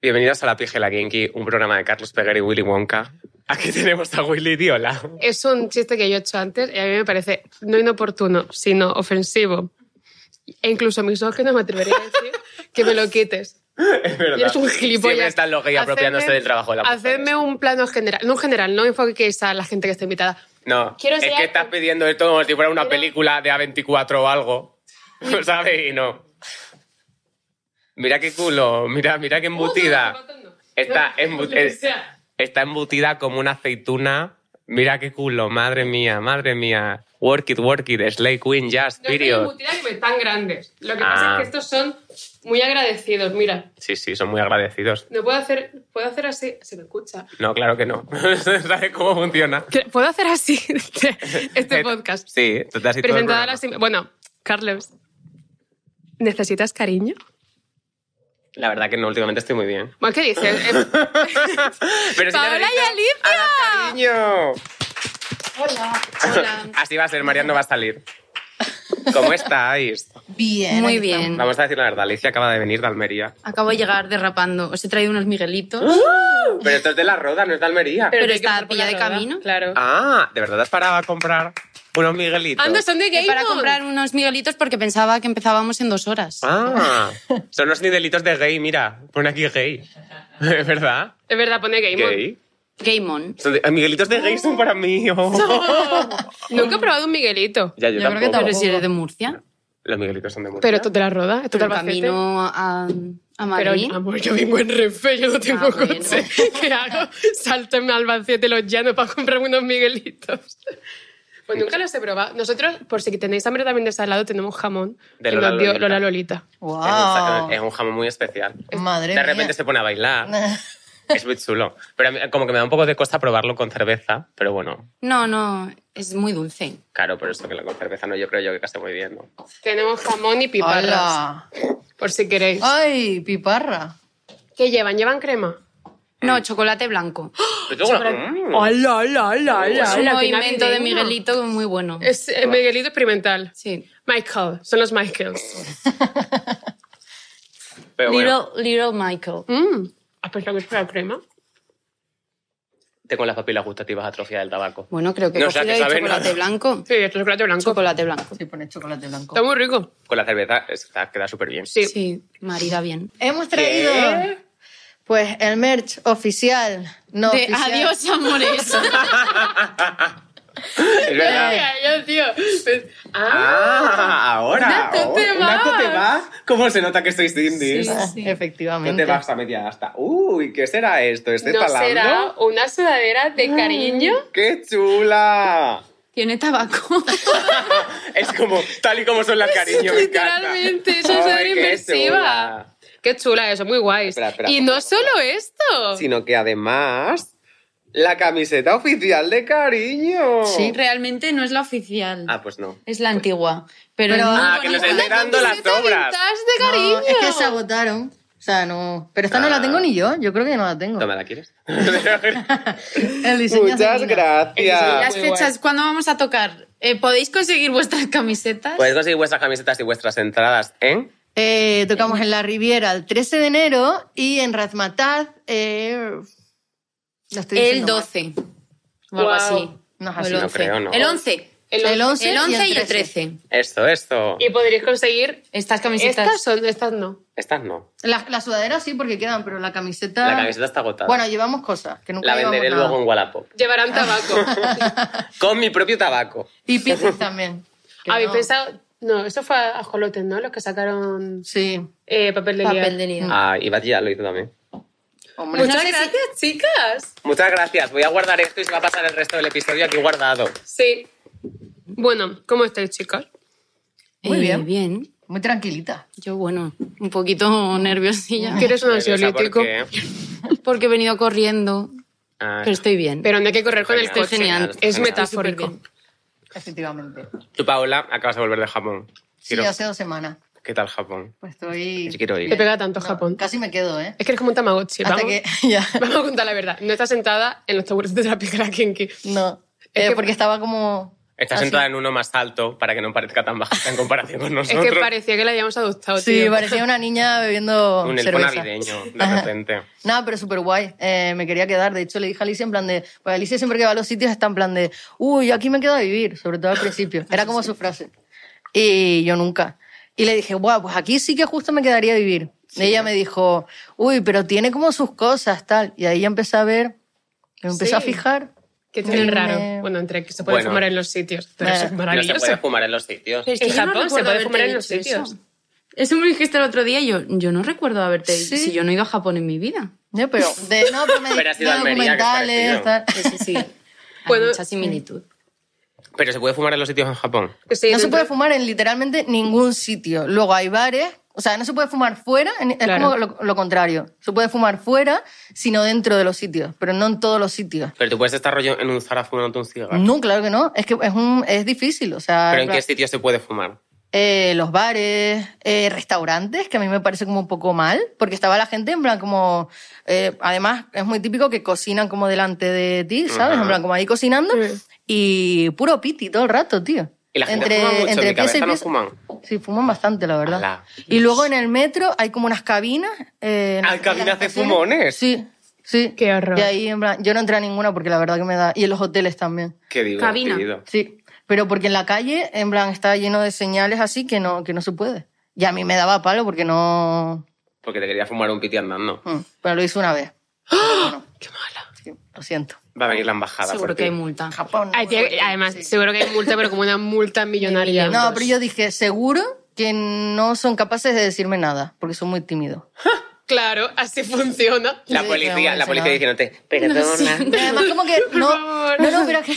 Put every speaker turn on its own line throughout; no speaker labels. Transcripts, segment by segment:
Bienvenidos a La Pija y la Kinky, un programa de Carlos Peguer y Willy Wonka. Aquí tenemos a Willy Diola.
Es un chiste que yo he hecho antes y a mí me parece no inoportuno, sino ofensivo. E incluso a mis ojos que no me atrevería a decir que me lo quites.
Es verdad.
Eres un gilipollas.
Siempre están los gays apropiándose
Hacedme-
del trabajo de la
Hacedme un plano general, no un general, no enfoquéis a la gente que está invitada.
No,
Quiero
es
enseñar-
que estás pidiendo esto como si fuera una
Pero-
película de A24 o algo. ¿Sabes? Y no. Mira qué culo, mira, mira qué embutida. Está embutida. Está embutida como una aceituna. Mira qué culo, madre mía, madre mía. Work it, work it, Slay Queen, just,
No son
period.
embutidas que están grandes. Lo que
Ah.
pasa es que estos son muy agradecidos. Mira,
Sí, sí, son muy agradecidos.
no puedo hacer, puedo hacer así. Se me escucha.
No, claro que no. ¿Sabes cómo funciona?
Puedo hacer así este
Eh,
podcast.
Sí, tú te has ido todo el programa.
Presentada la sim- Bueno, Carlos, ¿necesitas cariño?
La verdad que no, últimamente estoy muy bien.
Bueno, ¿qué dices? Eh,
Pero
¡Paola y
necesitas-
Alicia!
¡Hala, cariño!
Hola. Hola.
Así va a ser, Mariano va a salir. ¿Cómo estáis?
Bien.
Muy
aquí
bien.
estamos.
Vamos a decir la verdad, Alicia acaba de venir de Almería.
Acabo de llegar derrapando. Os he traído unos miguelitos.
¿Ah? Pero esto es de La Roda, no es de Almería.
Pero
tiene que
está
pasar por
pilla
la
de
roda,
camino.
Claro.
Ah, ¿de verdad has parado a comprar unos miguelitos?
Anda, Ah, son de
Eh,
Gaymon.
Para comprar unos miguelitos porque pensaba que empezábamos en dos horas.
Ah, son los nidelitos de gay, mira. Pone aquí gay. ¿Es verdad?
Es verdad, pone Gaymon.
¿Gay?
Game on.
Son de- Miguelitos de gay son para mí. oh.
Nunca he probado un Miguelito.
Ya, yo,
Yo creo que
tampoco.
tal vez si eres de Murcia.
Los miguelitos son de Murcia.
Pero esto te la roda, esto te
Pero
la
camino a, a
Pero,
Madrid.
amor, yo vengo en Renfe, yo no tengo
Ah, bueno.
coche. ¿Qué hago? Sáltame a Albacete los llanos para comprarme unos miguelitos. Pues nunca los he probado. Nosotros, por si tenéis hambre también de salado, tenemos jamón
De
que
Lola
nos dio
Lolita.
Lola Lolita.
Wow.
Es un- es un jamón muy especial.
Madre
De repente
mía.
se pone a bailar. Es muy chulo. Pero a mí, como que me da un poco de costa probarlo con cerveza, pero bueno,
No, no, es muy dulce.
claro, por eso que la con cerveza no, yo creo yo que casi muy bien, ¿no?
Tenemos jamón y piparras,
Hola.
por si queréis.
Ah.
Ay, piparra.
¿Qué llevan? ¿Llevan crema?
Mm.
No, chocolate blanco.
Pero tengo una- Mm.
¡Hola, hola, hola,
Es un
hola, qué
movimiento de
navideño!
Miguelito muy bueno.
Es eh, Miguelito experimental.
Sí.
Michael, son los Michaels.
Pero bueno,
Little, little Michael.
Mm. ¿Has pensado que es para crema?
tengo las papilas gustativas atrofiadas del tabaco.
Bueno, creo que he
No, o sea,
cogido
que
de
sabe
chocolate
nada.
blanco.
Sí, esto es chocolate blanco.
Chocolate blanco.
Si pones chocolate blanco.
Está muy rico.
Con la cerveza está- queda súper bien.
Sí.
Sí, marida bien.
Hemos traído pues el merch oficial. No
De
oficial.
adiós, amores.
Es verdad.
Ay, tío. Pues,
Ah, ahora.
Naco te vas.
Naco te vas. ¿Cómo se nota que sois indies?
Sí.
No
Ah, Efectivamente.
te vas a media hasta. Uy, ¿qué será esto? ¿Este
¿No
talando?
será una sudadera de cariño?
¡Qué chula!
Tiene tabaco.
Es como, tal y como son las cariño, me encanta. este,
Literalmente, eso es
Ay,
una
qué
inmersiva.
chula.
Qué chula eso, muy guay.
Espera, espera,
y
espera,
no solo esto.
Sino que además, la camiseta oficial de cariño.
Realmente no es la oficial.
Oh. Ah, pues no.
Es la antigua. Pero, es muy
Ah, que nos
bonita.
estáis dando las
Camiseta
obras.
vintage de
No,
cariño.
es que se agotaron. O sea, no. Pero esta no
Ah.
la tengo ni yo. Yo creo que no la tengo.
Toma, ¿la quieres?
El diseño es
Muchas
divino.
Y
gracias.
las
Muy
fechas, ¿cuándo vamos a tocar? Eh, ¿Podéis conseguir vuestras camisetas?
Podéis conseguir vuestras camisetas y vuestras entradas en...
Eh, tocamos en La Riviera el 13 de enero y en Razmataz eh, lo estoy
el
diciendo mal.
12. O algo
Guau.
así.
No es
O
así.
el
No
11.
creo, no.
El 11.
El 11,
El 11 y el
13.
13.
Esto, esto.
Y podréis conseguir...
Estas camisetas.
Estas son, estas no.
Estas no.
Las, las sudaderas sí, porque quedan, pero la camiseta.
Ah.
La camiseta está agotada.
Bueno, llevamos cosas que nunca
la venderé
llevamos
luego en Wallapop.
Llevarán tabaco.
Con mi propio tabaco.
nada. Y pizzas también. que
Habéis
no.
pensado... No, eso fue a Jolotes, ¿no? Los que sacaron
Sí.
eh, papel de guía.
Papel de liga.
Ah, y Bati ya lo hizo también.
Hombre.
Muchas gracias, chicas.
Muchas gracias. Voy a guardar esto y se va a pasar el resto del episodio aquí guardado.
Sí. Bueno, ¿cómo estáis, chicos?
Muy
Eh,
bien.
bien.
Muy tranquilita.
Yo, bueno, un poquito nerviosilla.
Que eres un
Nerviosa,
ansiolítico.
porque-
Porque he venido corriendo.
Ah,
Pero estoy bien.
Pero no hay que correr con el
Estoy
coche.
genial,
estoy
Es
genial.
metafórico.
Efectivamente.
Tú, Paola, acabas de volver de Japón.
Sí,
Quiero-
hace dos semanas.
¿Qué tal Japón?
Pues
Yo
estoy.
quiero
Te
ir.
pega tanto
No,
Japón.
Casi me quedo, ¿eh?
Es que eres como un tamagotchi.
Hasta
Vamos,
que. Ya.
vamos a contar la verdad. No estás sentada en los taburetes de la pica la kinky.
No.
Es
Eh,
que-
porque estaba como
Está
Así.
sentada en uno más alto para que no parezca tan bajita en comparación con
Es
nosotros.
que parecía que la habíamos adoptado,
Sí,
Oh, tío.
parecía una niña bebiendo
un elfo
cerveza.
navideño, de
Ajá.
repente.
Nada, pero súper guay. Eh, me quería quedar. De hecho, le dije a Alicia en plan de... Pues Alicia siempre que va a los sitios está en plan de... Uy, aquí me quedo a vivir. Sobre todo al principio. Era como su frase. Y yo nunca. Y le dije, guau, pues aquí sí que justo me quedaría a vivir. Y ella me dijo, uy, pero tiene como sus cosas, tal. Y ahí ya empecé a ver... Me empecé a
Sí.
fijar.
Que tiene el
Me-
raro. Bueno, entre que se puede
Bueno.
fumar en los sitios. Pero
Eh.
eso es
No se
maravilloso.
puede fumar en los sitios.
Pero es que
En
yo
Japón se
recuerdo
puede
haberte
fumar en los
dicho
sitios.
Eso. Eso me dijiste el otro día y yo, yo no recuerdo haberte dicho.
Sí.
Si yo no he ido a Japón en mi vida.
No, pero... De, no, pero me
Pero ha
dijiste
sido Almería, que es
documentales,
parecido.
tal.
Sí, sí, sí. Hay
Puedo-
mucha similitud.
Pero se puede fumar en los sitios en Japón.
Sí,
no se
dentro-
puede fumar en literalmente ningún sitio. Luego hay bares, o sea, no se puede fumar fuera, en- es
Claro.
como lo, lo contrario. Se puede fumar fuera, sino dentro de los sitios, pero no en todos los sitios.
Pero tú puedes estar rollo en un Zara fumando un cigarro.
No, claro que no. Es que es, un, es difícil, o sea...
¿Pero en
claro.
qué sitio se puede fumar?
Eh, los bares, eh, restaurantes, que a mí me parece como un poco mal, porque estaba la gente en plan como... eh, además, es muy típico que cocinan como delante de ti, ¿sabes?
Ajá.
En plan como ahí cocinando
Sí.
y puro piti todo el rato, tío.
Y la gente fuma mucho, en mi cabeza no fuman.
Sí, fuman bastante, la verdad.
Ala.
Y luego en el metro hay como unas cabinas. eh, en
Ah,
las-
cabinas
en las
de
estaciones.
fumones.
Sí, sí.
Qué horror.
Y ahí, en plan, yo no entré a ninguna porque la verdad que me da... Y en los hoteles también.
Qué divertido.
Cabina.
Sí, pero porque en la calle, en plan, está lleno de señales así que no, que no se puede. Y a mí me daba palo porque no...
Porque te quería fumar un piti andando.
Mm, Pero lo hice una vez.
¡Ah!
¡Qué mala! lo siento.
Va a venir la embajada
Seguro
por
que
ti.
hay multa.
Japón.
Ay, tía, además, seguro que hay multa, pero como una multa millonaria.
No, pero yo dije, seguro que no son capaces de decirme nada, porque son muy tímidos.
Claro, así funciona.
La
Sí, que no
policía,
me
la policía
dice
diciéndote, perdona.
Pero además como que no,
favor.
no, no, pero que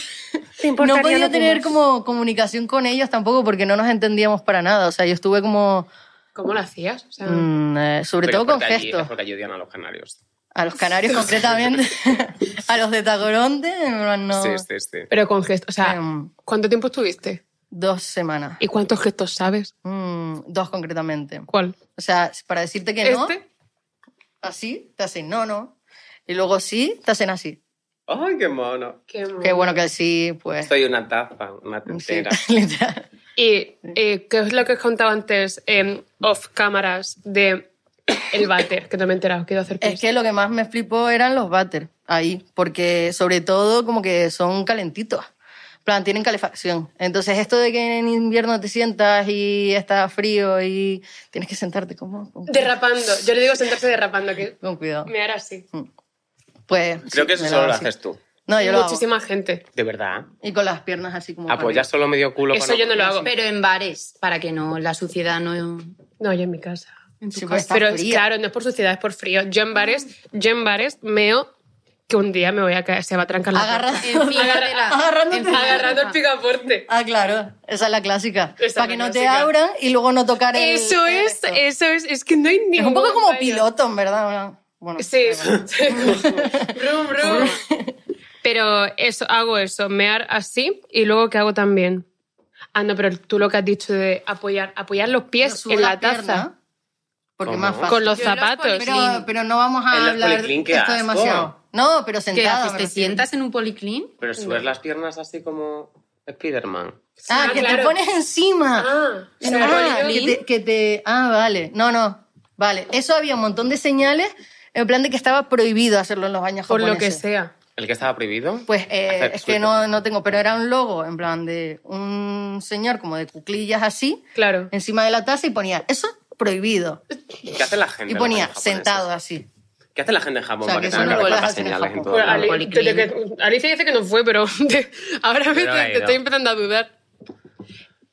no
importaría
podía
no
tener como comunicación con ellos tampoco porque no nos entendíamos para nada. O sea, yo estuve como,
¿Cómo lo hacías? O sea,
mm, eh, sobre
Pero
todo con
porque allí- es
gestos.
porque allí odian a los canarios.
A los canarios concretamente, a los de Tacoronte, no,
Sí, sí, sí.
Pero con gestos. O sea,
Em.
¿cuánto tiempo estuviste?
dos semanas,
¿Y cuántos gestos sabes?
Mm, dos concretamente.
¿Cuál?
O sea, para decirte que no,
¿Este?
así, te hacen no, no. Y luego sí, te hacen así.
Ay, qué mono.
Qué bueno que el sí, pues...
Soy una taza, una
Sí,
tetera.
literal.
Y eh, qué es lo que os contaba antes em, off cámaras de el váter, que no me he enterado, quiero hacer pis.
Es que lo que más me flipó eran los váter ahí, porque sobre todo como que son calentitos. En plan, tienen calefacción. Entonces, esto de que en invierno te sientas y está frío y tienes que sentarte como con,
Derrapando, yo le digo sentarse derrapando, que
con cuidado.
me hará así.
Pues.
Creo
sí,
que eso
me
solo lo
hago así.
haces tú.
No, yo lo hago.
Muchísima gente.
De verdad. ¿eh?
Y con las piernas así como. para
Apoyas solo medio culo.
Eso
para-
yo no lo hago.
Pero en bares, para que no la suciedad no...
No, yo en mi casa.
arriba. Sí, pues está
Pero es
fría.
claro, no es por suciedad, es por frío. Yo en bares, yo en bares meo que un día me voy a caer, se va a trancar la
Agarra-
puerta.
En fin,
Agarra-
de la-
agarrándote.
en fin,
Agarrando el picaporte.
Ah, claro. Esa es la clásica.
Esa es
para
la
que no te
clásica.
abran y luego no tocar el-
Eso
el
es,
resto.
eso es, es que no hay ningún
Es un poco como
fallo.
piloto, en verdad. Bueno,
Sí.
da igual.
brum, brum. Pero eso, hago eso, mear así y luego ¿qué hago también? Ah, no, pero tú lo que has dicho de apoyar, apoyar los
Yo
pies
subo
en la,
pierna,
taza
Porque
¿Cómo?
más fácil.
con los
Yo los
zapatos.
poli-
Pero, pero no vamos a
En los
hablar
policlín, qué
de esto
asco.
demasiado. No, pero
¿Qué
sentada.
haces?
me
¿Te
refiero.
sientas en un policlín?
Pero subes las piernas así como Spiderman.
Ah,
Ah,
que te
claro.
pones encima. Ah,
Ah, o sea,
que, te, que te- Ah, vale. No, no. Vale. Eso había un montón de señales en plan de que estaba prohibido hacerlo en los baños
por lo
japoneses.
que sea.
¿El que estaba prohibido?
Pues eh,
Hacer
es que
suelto.
no, no tengo, pero era un logo en plan de un señor como de cuclillas así,
Claro.
encima de la taza y ponía eso prohibido.
¿Qué hace la gente?
Y
en
ponía
los baños japoneses?
sentado así.
¿Qué hace la gente en Japón
O sea,
para
que
que tenga
eso no
que
lo
hacer
puedes
las
hacer en
señales en
Japón.
todo el
Bueno,
mundo?
Ali-
policlínica.
desde que- Alicia dice que no fue, pero te- ahora me
Pero ha
te, te
ido.
estoy empezando a dudar.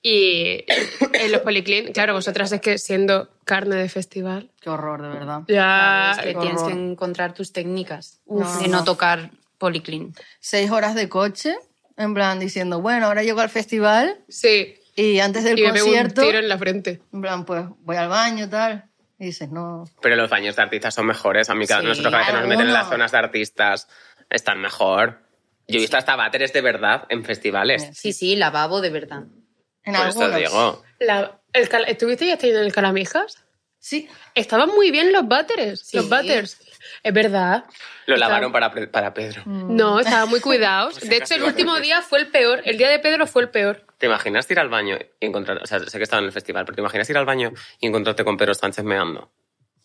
Y en los policlin, claro, vosotras es que siendo carne de festival,
Qué horror, de verdad.
ya...
es que
qué
tienes
horror.
que encontrar tus técnicas
Uf.
de no tocar policlín.
Seis horas de coche, en plan diciendo, bueno, ahora llego al festival
Sí,
y antes del
y me pego un
concierto...
tiro en la frente.
En plan, pues voy al baño, tal. Y dices, no.
Pero los baños de artistas son mejores. A mí, cada-
Sí,
nosotros cada vez que nos meten en las
alguno.
zonas de artistas, están mejor. Yo he visto hasta váteres de verdad en festivales.
Sí, sí, lavabo de verdad.
En
Por Pues eso
algunos.
digo.
La- el cal- ¿Estuviste ya teniendo el calamijas?
Sí.
Estaban muy bien los butters. Los butters. Es verdad.
Lo
Está-
lavaron para, pre- para Pedro.
No, estaban muy cuidados. De hecho, el último día fue el peor. El día de Pedro fue el peor.
¿Te imaginas ir al baño y encontrar... O sea, sé que estaba en el festival, pero ¿te imaginas ir al baño y encontrarte con Pedro Sánchez meando?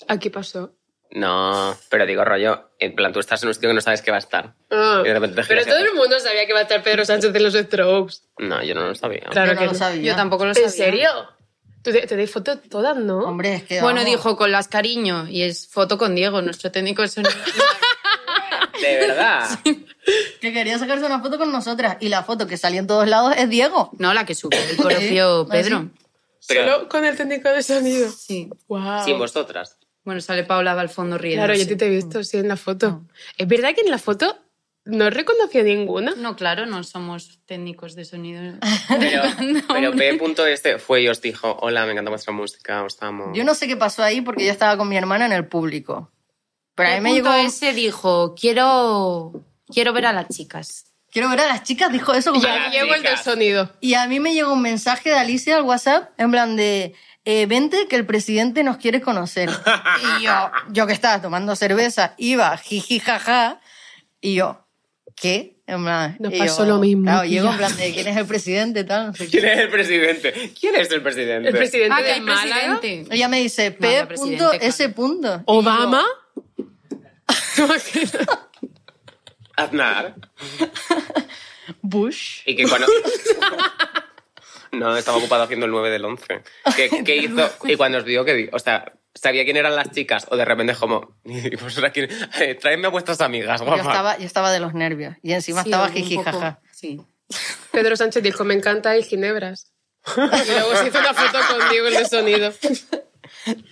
Aquí pasó.
No, pero digo rollo, en plan, tú estás en un sitio que no sabes que va a estar.
Ah,
Y de repente te
pero
giras y
todo el
haces-
mundo sabía que va a estar Pedro Sánchez en los Strokes.
No, yo no lo sabía.
Claro
yo no
que
lo
no.
sabía.
Yo tampoco lo sabía.
¿En serio? ¿Tú te, te dais fotos todas, no?
Hombre, es que.
Bueno,
vamos.
dijo con las cariño y es foto con Diego, nuestro técnico de sonido.
De verdad.
Que quería sacarse una foto con nosotras. Y la foto que salió en todos lados es Diego.
No, la que subió el propio
¿Ah, Sí,
Pedro.
Pero-
Solo con el técnico de sonido.
Sí.
Wow.
Sin vosotras.
Bueno, sale Paula al fondo riendo.
Claro, yo a ti te he visto, sí, en la foto. Es verdad que en la foto no reconoció ninguna.
No, claro, no somos técnicos de sonido.
Pero, pero
hombre.
P. punto Este fue y os dijo, hola, me encanta vuestra música, os amo.
Mm.
Yo no sé qué pasó ahí porque yo estaba con mi hermana en el público. Pero a mí
El
me
punto
llegó.
ese dijo, quiero, quiero ver a las chicas.
Quiero ver a las chicas, dijo eso.
Y
como-
Ya.
ahí llegó el del
chicas.
sonido.
Y a mí me llegó un mensaje de Alicia al WhatsApp en plan de. eh, vente que el presidente nos quiere conocer. Y yo, yo que estaba tomando cerveza, iba, jiji, jaja. Y yo, ¿qué? En plan,
Nos
y yo,
pasó lo mismo,
Claro, llego en
tía.
plan de quién es el presidente, tal, no sé qué.
¿Quién es el presidente? ¿Quién es el presidente?
El presidente
Ah, que
de
el
Málaga.
presidente.
Ella me dice, P.
Manda,
punto,
presidente,
S. punto.
Oh,
Y
Obama.
Aznar.
yo, Bush.
Y que cuando... No, estaba ocupado haciendo el 9 del 11. ¿Qué, qué hizo? Y cuando os digo que... di- O sea, ¿sabía quién eran las chicas? O de repente es como... ¿Y vosotras quién? Eh, Traedme a vuestras amigas,
Yo
guapa.
estaba, yo estaba de los nervios. Y encima
Sí,
estaba
un
jiji,
poco,
jaja.
Sí.
Pedro Sánchez dijo, me encanta el Ginebras. Y luego se hizo una foto con Diego el de sonido.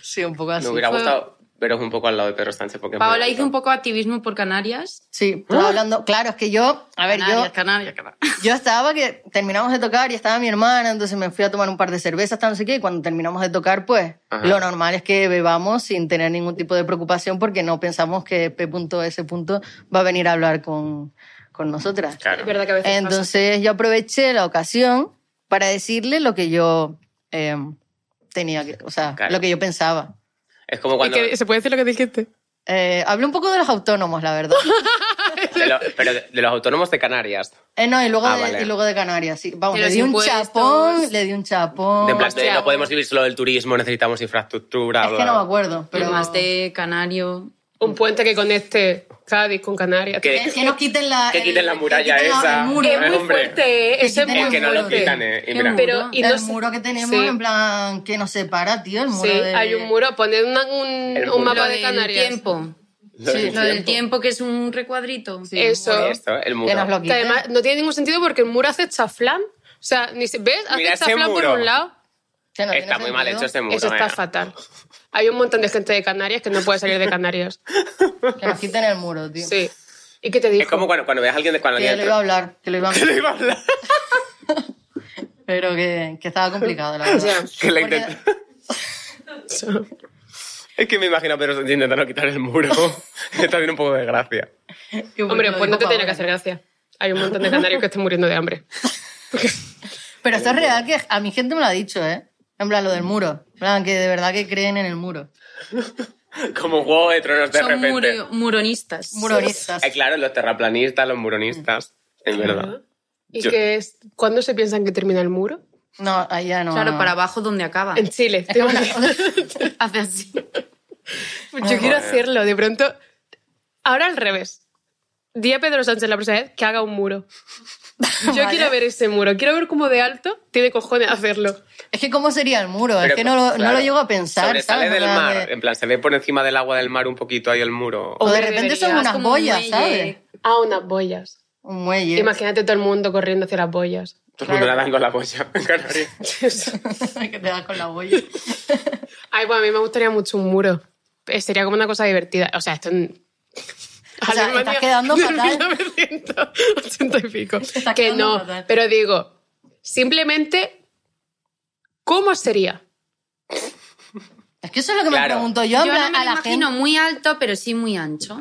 Sí, un poco así.
Me hubiera
fue-
gustado veros un poco al lado de Pedro Sánchez porque... es muy
Paola
alto.
hizo un poco activismo por Canarias.
Sí, estaba hablando. Claro, es que yo, a ver,
Canarias,
yo,
Canarias, Canarias.
yo estaba que terminamos de tocar y estaba mi hermana, entonces me fui a tomar un par de cervezas, tal, no sé qué. Y cuando terminamos de tocar, pues
Ajá.
lo normal es que bebamos sin tener ningún tipo de preocupación porque no pensamos que P.S. punto va a venir a hablar con, con nosotras.
Claro.
Es verdad que a veces
Entonces yo aproveché la ocasión para decirle lo que yo eh, tenía que, o sea,
Claro.
lo que yo pensaba.
Es como
pasa.
cuando...
Es que, ¿Se puede decir lo que dijiste?
Eh, hablé un poco de los autónomos, la verdad.
de lo- pero de- de los autónomos de Canarias.
Eh, no, y luego,
Ah,
de,
vale.
y luego de Canarias, sí. Vamos,
De
le
los
di un
impuestos.
chapón, le di un chapón.
De en plan, de,
Hostia.
no podemos vivir solo del turismo, necesitamos infraestructura.
es
bla,
que no
bla.
me acuerdo, pero...
Pero más de Canario.
Un puente que conecte Cádiz con Canarias.
Que-
Es que nos quiten la...
que
el-
quiten la
que
muralla
quiten la-
esa.
el muro.
Es muy
Hombre.
fuerte, ¿eh? Eso es
que
muy
Es que no lo
fuerte.
quitan, ¿eh? Y
Qué
mira,
muro.
Pero, y no
el
sé-
muro que tenemos,
Sí.
en plan, que nos separa, tío, el muro
Sí,
de-
hay un muro. Poner una- un,
El
un
muro.
mapa
Lo
de
del
Canarias.
tiempo.
lo
Sí,
del
Lo del
tiempo.
tiempo, que es un recuadrito.
Eso.
Sí, esto, el muro.
Que nos lo
Que
quiten.
además no tiene ningún sentido porque el muro hace chaflán. O sea, ni se- ¿ves? Hace
Mira ese
chaflán por
muro.
un lado.
Que no
Está
tiene
muy mal
sentido.
hecho este muro.
Eso está
eh.
fatal. Hay un montón de gente de Canarias que no puede salir de Canarias.
Que nos quiten el muro, tío.
Sí. ¿Y qué te dijo?
Es como cuando, cuando veas a alguien de cuando
Que yo
alguien-
le iba a hablar, que le iba a
Que le iba a hablar.
Pero que, que estaba complicado, la verdad.
Ya.
Que le
Porque-
intenta- Es que me imagino a Pedro Sánchez intentando quitar el muro. está bien un poco de gracia.
que bueno,
Hombre,
lo
pues no
dijo
te tenía
Paola.
que hacer gracia. Hay un montón de canarios que están muriendo de hambre.
Pero esto es real, que a mi gente me lo ha dicho, ¿eh? En plan, lo del muro. En plan, que de verdad que creen en el muro.
Como un juego de tronos de
Son
repente.
muro- muronistas.
Muronistas.
Eh, claro, los terraplanistas, los muronistas.
Mm.
Es verdad.
¿Y
Yo-
que es, cuándo se piensan que termina el muro?
No, allá no.
Claro,
no.
para abajo donde
Ah.
acaba.
En Chile. te imaginas.
Hace así.
Yo quiero hacerlo. De pronto, ahora al revés. Di a Pedro Sánchez la próxima vez que haga un muro. Yo
Vale.
quiero ver ese muro. Quiero ver cómo de alto tiene cojones hacerlo.
Es que cómo sería el muro,
Pero,
es que no lo, no
claro,
lo llego a pensar.
Sobresale
¿sabes?
del
O sea,
mar.
que-
En plan, se ve por encima del agua del mar un poquito ahí el muro.
O de
Hombre,
repente son
deberías,
unas
como un
boyas,
muelle.
¿sabes?
A Ah, unas boyas.
Un muelle.
Imagínate todo el mundo corriendo hacia las boyas.
Todo el
claro.
mundo nadando a la boya en Canarias.
que te vas con la boya.
Ay, pues a mí me gustaría mucho un muro. Eh, Sería como una cosa divertida. O sea, esto... en-
O sea,
Alemania
estás quedando
del
fatal.
1980 y pico.
Estás
que
quedando
no,
fatal.
pero digo, simplemente, ¿cómo sería?
Es que eso es lo que
Claro.
me pregunto yo,
Yo
en
no
plan,
me
a
lo
la
imagino
gente.
muy alto, pero sí muy ancho.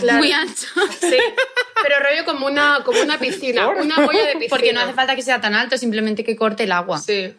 Claro.
Muy ancho.
Sí, pero rollo como una, como una piscina, una boya de piscina.
Porque no hace falta que sea tan alto, simplemente que corte el agua.
Sí.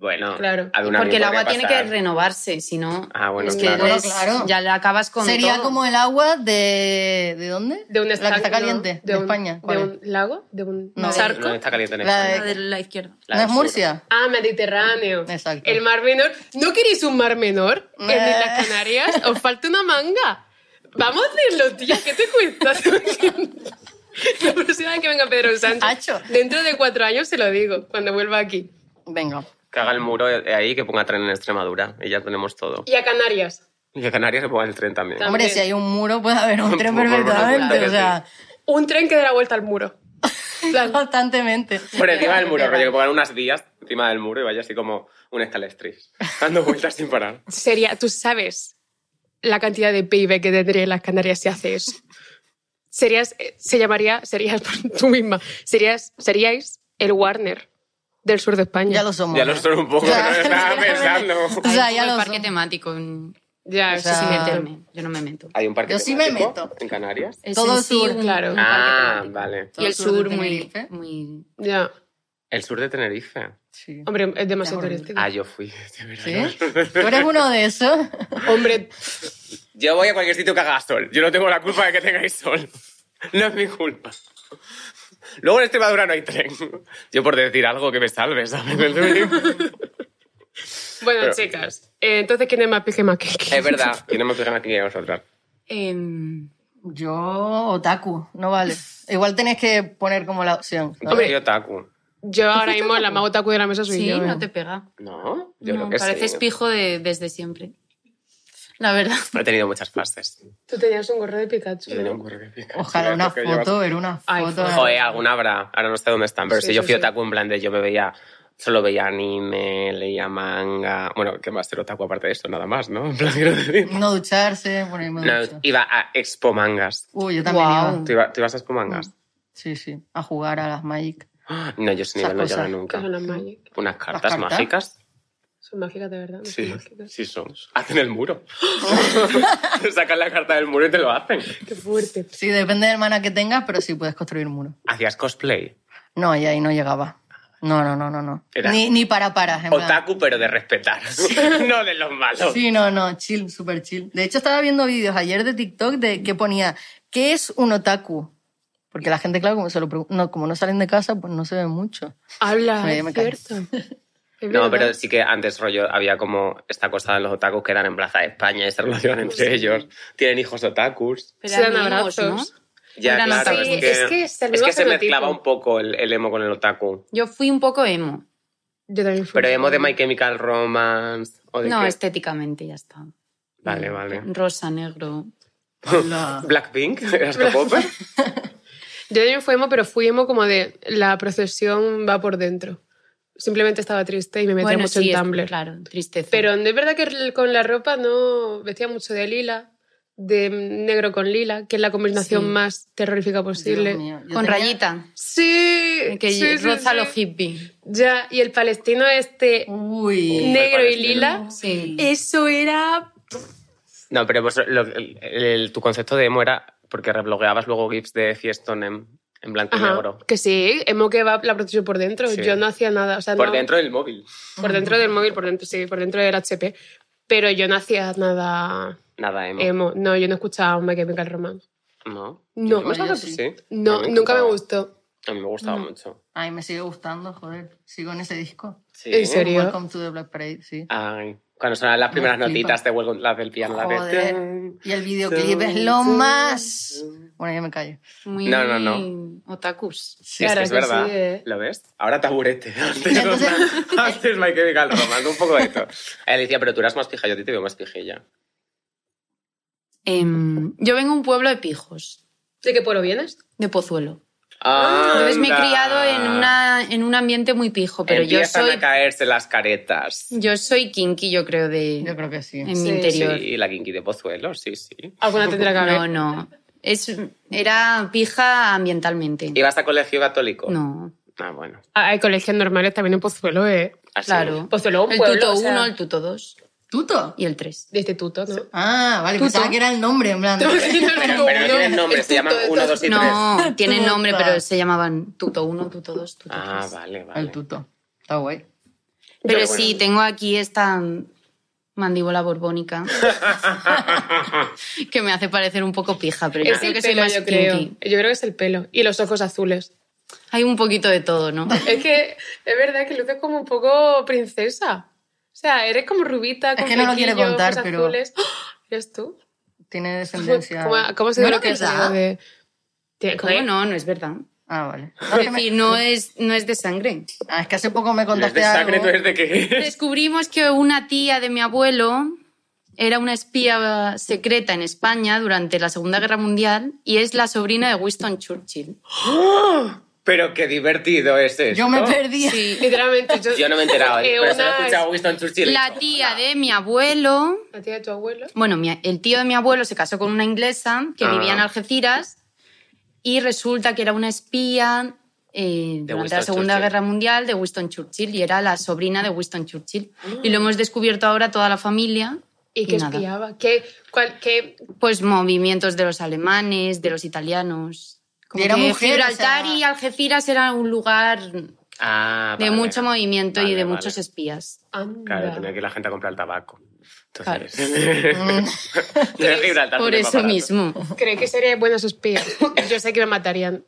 Bueno,
Claro.
ha de una
Porque el
misma
agua tiene que
pasar.
renovarse, si no.
Ah, bueno,
es que
claro.
eres-
Bueno, claro.
ya le acabas con.
Sería
todo.
como el agua de. ¿De dónde?
De un
La que
estanque,
está
¿no?
caliente, de,
un-
España. ¿Cuál
¿De
es?
un lago? ¿De un
No.
charco?
No está caliente en
La
España.
La de la izquierda.
La
¿No
del
es
sur.
Murcia?
Ah, Mediterráneo.
Exacto.
El Mar Menor. ¿No queréis un Mar Menor en
Eh.
las Canarias? Os falta una manga. Vamos a hacerlo, tía. ¿Qué te cuentas? La próxima vez que venga Pedro Sánchez.
Hacho.
Dentro de cuatro años se lo digo, cuando vuelva aquí.
Venga.
Que haga el muro de ahí, que ponga tren en Extremadura. Y ya tenemos todo.
Y a Canarias.
Y que Canarias se ponga el tren también.
También.
Hombre, si hay un muro puede haber un tren
Por- por- por-
perfectamente,
por-
o sea,
Un tren que dé la vuelta al muro. En plan,
constantemente.
Por encima del muro, rollo, que pongan unas vías encima del muro y vaya así como un escalestris. Dando vueltas sin parar.
sería, tú sabes la cantidad de PIB que tendría en las Canarias si haces. Serías, eh, se llamaría, serías tú misma, serías, seríais el Warner del sur de España.
Ya lo somos.
Ya lo estoy un poco,
Ya.
¿no? estaba pensando.
O sea,
Hay
ya
como el
lo
parque
son.
temático. en-
Ya,
O
eso
sea,
sí
sin
me
Ah.
entero.
meterme. Yo no me meto.
Hay un parque
Yo sí me
temático
meto.
en Canarias.
Es
Todo
en
el sur.
un-
Claro.
un parque
Ah,
temático.
vale.
Y el
Todo el sur
sur
de
muy,
Tenerife.
muy.
Ya.
El sur de Tenerife.
Sí.
Hombre, es demasiado
Es horrible.
turístico.
Ah, yo fui. de verdad.
¿Sí? ¿Tú eres uno de esos?
Hombre,
Yo voy a cualquier sitio que haga sol. Yo no tengo la culpa de que tengáis sol. No es mi culpa. Luego en Extremadura no hay tren. Yo por decir algo que me salve, ¿sabes?
bueno,
Pero-
chicas, eh, entonces, ¿quién es más pije más que
es verdad. Que no me fijan aquí a vosotras.
Em,
Yo, otaku, no vale. Igual tenés que poner como la opción. ¿no?
Hombre, yo taco.
Yo ahora mismo la más otaku de la mesa soy
sí,
yo. ¿eh?
no te pega.
No, yo
No,
creo que
pareces
sí.
pijo de- desde siempre. La verdad.
He tenido muchas fases.
Tú tenías un gorro de Pikachu.
Yo tenía un gorro de Pikachu,
Ojalá una
lo que llevas.
foto, ver una
Ay,
foto.
foto.
Joder, alguna habrá. Ahora no sé dónde están. Pero
Sí,
si yo
sí,
fui
sí.
otaku en plan de yo me veía... Solo veía anime, leía manga... Bueno, ¿qué más ser otaku aparte de esto? Nada más, ¿no? En plan, quiero decir.
No ducharse, ponerme
No,
ducha.
iba a Expo Mangas.
Uy, yo también
Guau.
iba.
¿Tú, iba- tú ibas a Expo Mangas?
Sí, sí, a jugar a las Magic.
¡Ah! No, yo ese
Esas
nivel no
cosas.
llegué
Que
nunca.
son las magic.
¿Unas cartas
cartas?
mágicas?
Son mágicas de verdad, no son
Sí,
mágicas.
sí son. Hacen el muro. Sacan la carta del muro y te lo hacen.
Qué fuerte.
Sí, depende del mana que tengas, pero sí puedes construir muro.
¿Hacías cosplay?
No, y ahí no llegaba. No, no, no, no, no.
Era-
Ni, ni para paras, en plan.
Otaku, pero de respetar. no de los malos.
Sí, no, no, chill, súper chill. De hecho, estaba viendo vídeos ayer de TikTok de que ponía, ¿qué es un otaku? Porque la gente, claro, como, se lo pregun- no, como no salen de casa, pues no se ve mucho.
Habla,
Oye, me
es
callo.
cierto. Es
No,
verdad.
pero sí que antes rollo había como esta cosa de los otakus que eran en Plaza de España y se relacionan entre ellos. Tienen hijos otakus.
Pero
Se dan
amigos,
abrazos.
¿no?
Ya,
Eran
claro, es
otakus.
que,
Sí, es que es
Ah,
el
es
mismo
que se
genotipo.
mezclaba un poco el, el emo con el otaku.
Yo fui un poco emo.
Yo también fui.
Pero emo de My Chemical Romance. O de
No, este
qué?
estéticamente ya está. Eh,
Vale, vale.
Rosa, negro.
Blackpink, eras K-popper.
Yo también fui emo, pero fui emo como de la procesión va por dentro. Simplemente estaba triste y me metía mucho
sí,
en
es-
Tumblr.
claro, tristeza.
Pero es verdad que el- con la ropa no vestía mucho de lila, de negro con lila, que es la combinación
Sí.
más terrorífica posible.
Dios mío, yo
con
tenía-
rayita,
Sí,
Eh,
que
sí, sí,
roza
sí.
lo hippie.
Ya, y el palestino este
Uy.
negro y
palestino.
lila,
Sí.
eso era
No, pero vos- lo- el- el- tu concepto de emo era porque reblogueabas luego GIFs de Fieston en, en blanco y
Ajá,
negro.
Que sí, emo que va la protección por dentro.
Sí.
Yo no hacía nada. O sea,
Por
no-
dentro del móvil.
por dentro del móvil, por dentro, sí, por dentro del HP. Pero yo no hacía nada
Nada emo.
emo. No, yo no escuchaba My Chemical Romance.
No. Yo
No.
me sabía-
Yo
sí.
sí.
No,
A mí
nunca
encantaba.
me gustó.
A mí me gustaba mucho.
Ay, me sigue gustando, joder. Sigo en ese disco.
Sí.
¿En serio?
Welcome to the Black Parade, sí.
Ay, cuando sonaban las primeras
flipa.
notitas de Welcome, las del piano, las de-
Joder. Y el videoclip es lo más. Bueno, ya me callo.
Muy
No, no, no.
Otakus.
Es,
Claro
que es
que
verdad.
sí, ¿eh?
¿Lo ves? Ahora taburete. Antes,
Entonces-
antes My Chemical Romance, un poco de esto. Él decía, pero tú eras más pija, yo a ti te veo más pijilla.
Em, yo vengo de un pueblo de pijos,
¿De qué pueblo vienes?
de Pozuelo. Entonces me he
Anda.
criado en, una, en un ambiente muy pijo, pero yo
Empiezan
soy,
a caerse las caretas.
yo soy kinky, yo creo, de,
Yo creo que sí.
en
Sí.
mi interior.
Sí, la kinky de Pozuelo, sí, sí.
Alguna tendrá que
No,
haber.
no. Es, era pija ambientalmente.
¿Ibas a colegio católico?
No,
Ah, bueno.
Ah, Hay colegios normales también en Pozuelo, ¿eh?
Así.
claro.
Pozuelo es un
El
pueblo,
tuto
o
1,
sea,
el tuto 2
¿Tuto?
y el 3.
De instituto, ¿no?
Ah, vale, pensaba que era el nombre, en plan.
Pero, pero no tienen nombre, se llaman 1, 2 y 3.
No, tienen
Tuta.
Ah,
nombre, pero se llamaban tuto 1, tuto 2, tuto 3.
Ah, vale, vale.
El tuto. Está guay.
Pero
Yo, bueno,
sí, tengo aquí esta mandíbula borbónica que me hace parecer un poco pija, pero yo
Es
creo
el
que soy
pelo,
más
yo creo. Yo
kinky.
creo que es el pelo. Y los ojos azules.
Hay un poquito de todo, ¿no?
Es que es verdad que luces como un poco princesa. O sea, eres como rubita, con
que no lo quiere
flequillo,
contar,
ojos
pero-
azules. ¡Oh! ¿Eres tú?
Tiene
¿Cómo,
descendencia.
cómo se
No
ve
lo
lo que
verdad.
salido de...? Tiene-
¿Cómo no? No es verdad.
Ah, vale. No,
Es
que me-
decir, no es, no es de sangre.
Ah, es que hace poco me
¿Es
contaste
de sangre
algo.
tú eres de qué?
Descubrimos que una tía de mi abuelo era una espía secreta en España durante la Segunda Guerra Mundial y es la sobrina de Winston Churchill.
Pero qué divertido es esto.
Yo me perdí.
Literalmente, yo...
Yo no me he enterado,
Eh,
pero se lo he
una
escuchado a
es-
Winston Churchill.
La tía de mi abuelo
La tía de tu abuelo.
Bueno, mi- el tío de mi abuelo se casó con una inglesa que
Ah.
vivía en Algeciras y resulta que era una espía eh, durante
Winston
la Segunda
Churchill.
Guerra Mundial de Winston Churchill y era la sobrina de Winston Churchill. Y lo
Ah.
hemos descubierto ahora toda la familia.
¿Y qué
nada.
espiaba? ¿Qué, cuál, qué...
Pues movimientos de los alemanes, de los italianos. Como
Y era
que
mujer,
Gibraltar
o sea-
y Algeciras era un lugar de
Ah, vale.
mucho movimiento
Vale,
y de
vale.
muchos espías.
Anda.
Claro, tenía que ir la gente a comprar el tabaco. Entonces...
Mm,
Desde
Pues,
Gibraltar
Por
tenía
eso
paparazzi.
mismo.
¿Cree que serían buenos espías? Yo sé que me matarían en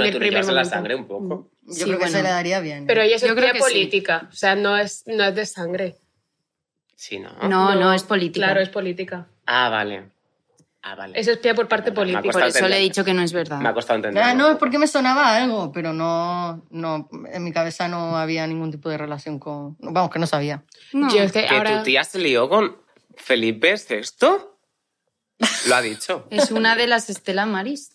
Bueno,
el
tú le
primer
llevas a la
momento.
sangre un poco.
Yo
Sí,
creo que
bueno.
se le daría bien.
Pero ella es
Yo creo
espía
que sí.
política, o sea, no es, no es de sangre.
Sí, ¿no?
No, no, es política.
Claro, es política.
Ah, vale. Ah, vale.
Es espía por parte
Me ha
política.
Por
costado
eso le he
entenderlo.
dicho que no es verdad.
Me ha costado entender.
Ah, no, es porque me sonaba algo, pero no, no, en mi cabeza no había ningún tipo de relación con... Vamos, que no sabía.
No.
Yo es que
¿Que
Eh, ahora...
tu tía se lió con Felipe esto? Lo ha dicho.
Es una de las Estela Maris.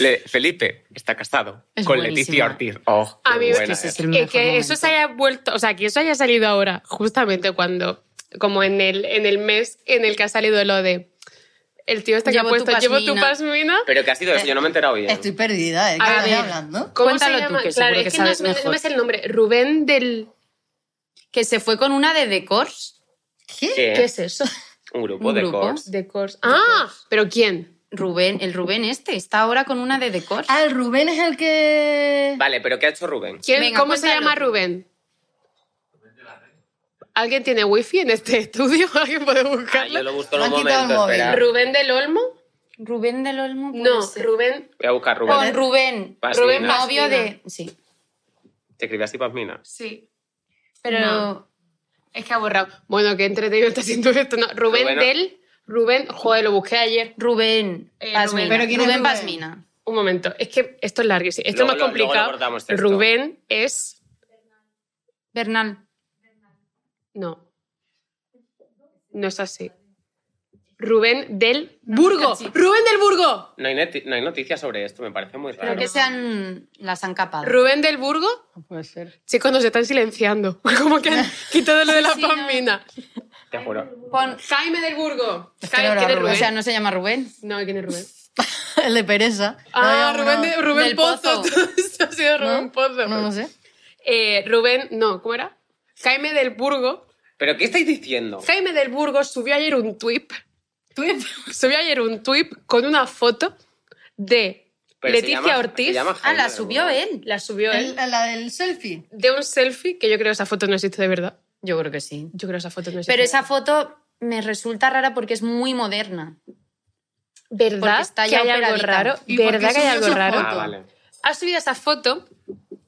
Le- Felipe está casado
Es
con
buenísima.
Leticia Ortiz. Oh,
A
qué
mí me-
buena
Es que ese es
es.
el
Eh,
mejor
que
momento.
eso se haya vuelto, o sea, que eso haya salido ahora, justamente cuando, como en el, en el mes en el que ha salido lo de el tío este que
Llevo
ha
tu
puesto, llevo tu
pasmina".
pasmina.
Pero que ha sido eso, yo no me he enterado bien.
Estoy perdida, ¿de qué
A
estás
ver.
hablando?
¿Cómo
Cuéntalo
se
tú,
llama?
que
claro,
seguro
es
que
que no,
sabes
me- no
mejor.
me sé el nombre. Rubén del...
Que se fue con una de Decors.
¿Qué?
¿Qué?
¿Qué es eso?
Un grupo
¿Un
de
grupo?
cors.
De Cors. Ah, pero ¿quién?
Rubén, el Rubén este, está ahora con una de Decors.
Ah, el Rubén es el que...
Vale, pero ¿qué ha hecho Rubén?
¿Quién?
Venga,
¿Cómo se
cuéntalo
llama
tú.
Rubén? ¿Alguien tiene wifi en este estudio? ¿Alguien puede
Ah, yo
buscarlo?
lo busco en
Me
un
han quitado el
momento,
móvil.
espera.
¿Rubén del Olmo?
Rubén del Olmo. puede
No,
ser.
Rubén...
Voy a buscar Rubén.
Con Rubén.
Pasmina.
Rubén, novio de. Sí.
Te escribí así, Pasmina.
Sí.
Pero.
No. Es que ha borrado. Bueno, qué entretenido está haciendo esto. No, Rubén
Rubén-
del... Rubén... Joder, lo busqué ayer.
Rubén.
Eh,
Pasmina.
Rubén.
¿Pero quién es
Rubén
Rubén?
Pasmina.
Un momento. Es que esto es larguísimo. Esto
Luego
es
lo-
más
luego lo
complicado.
cortamos esto.
Rubén es...
Bernal.
No. No es así. Rubén del Burgo. Rubén del Burgo.
No hay, neti- no hay noticias sobre esto, me parece muy
Creo
raro.
que sean. Las han capado.
Rubén del Burgo.
No puede ser.
Chicos, nos están silenciando. Como que han quitado lo de la
Sí, no.
pamina.
Te juro.
Pon-
Jaime del Burgo.
Es que
Jaime,
no era
¿quién es
Rubén.
O
Rubén?
sea, no se llama Rubén.
No, ¿quién es Rubén?
el de pereza.
Ah,
No,
Rubén,
no.
de- Rubén
Del
Pozo.
Pozo.
Todo esto ha sido
¿No?
Rubén Pozo.
No, no sé.
Eh, Rubén, no, ¿cómo era? Jaime del Burgo.
¿Pero qué estáis diciendo?
Jaime del Burgo subió ayer un tweet. Subió ayer un tweet con una foto de
Pero se
Leticia
llama-
Ortiz.
se llama
Ah,
Jaime
la
del
subió
Burgo.
él.
La subió él.
El- la del selfie.
de un selfie, que yo creo que esa foto no existe de verdad.
Yo creo que sí.
Yo creo que esa foto no existe.
Pero
de
esa foto me resulta rara porque es muy moderna.
verdad, ¿verdad
porque está
que
ya
hay algo
operadita.
raro.
¿Y por qué
¿Verdad que hay
subió
algo
esa
raro?
Ah, vale.
Ha subido esa foto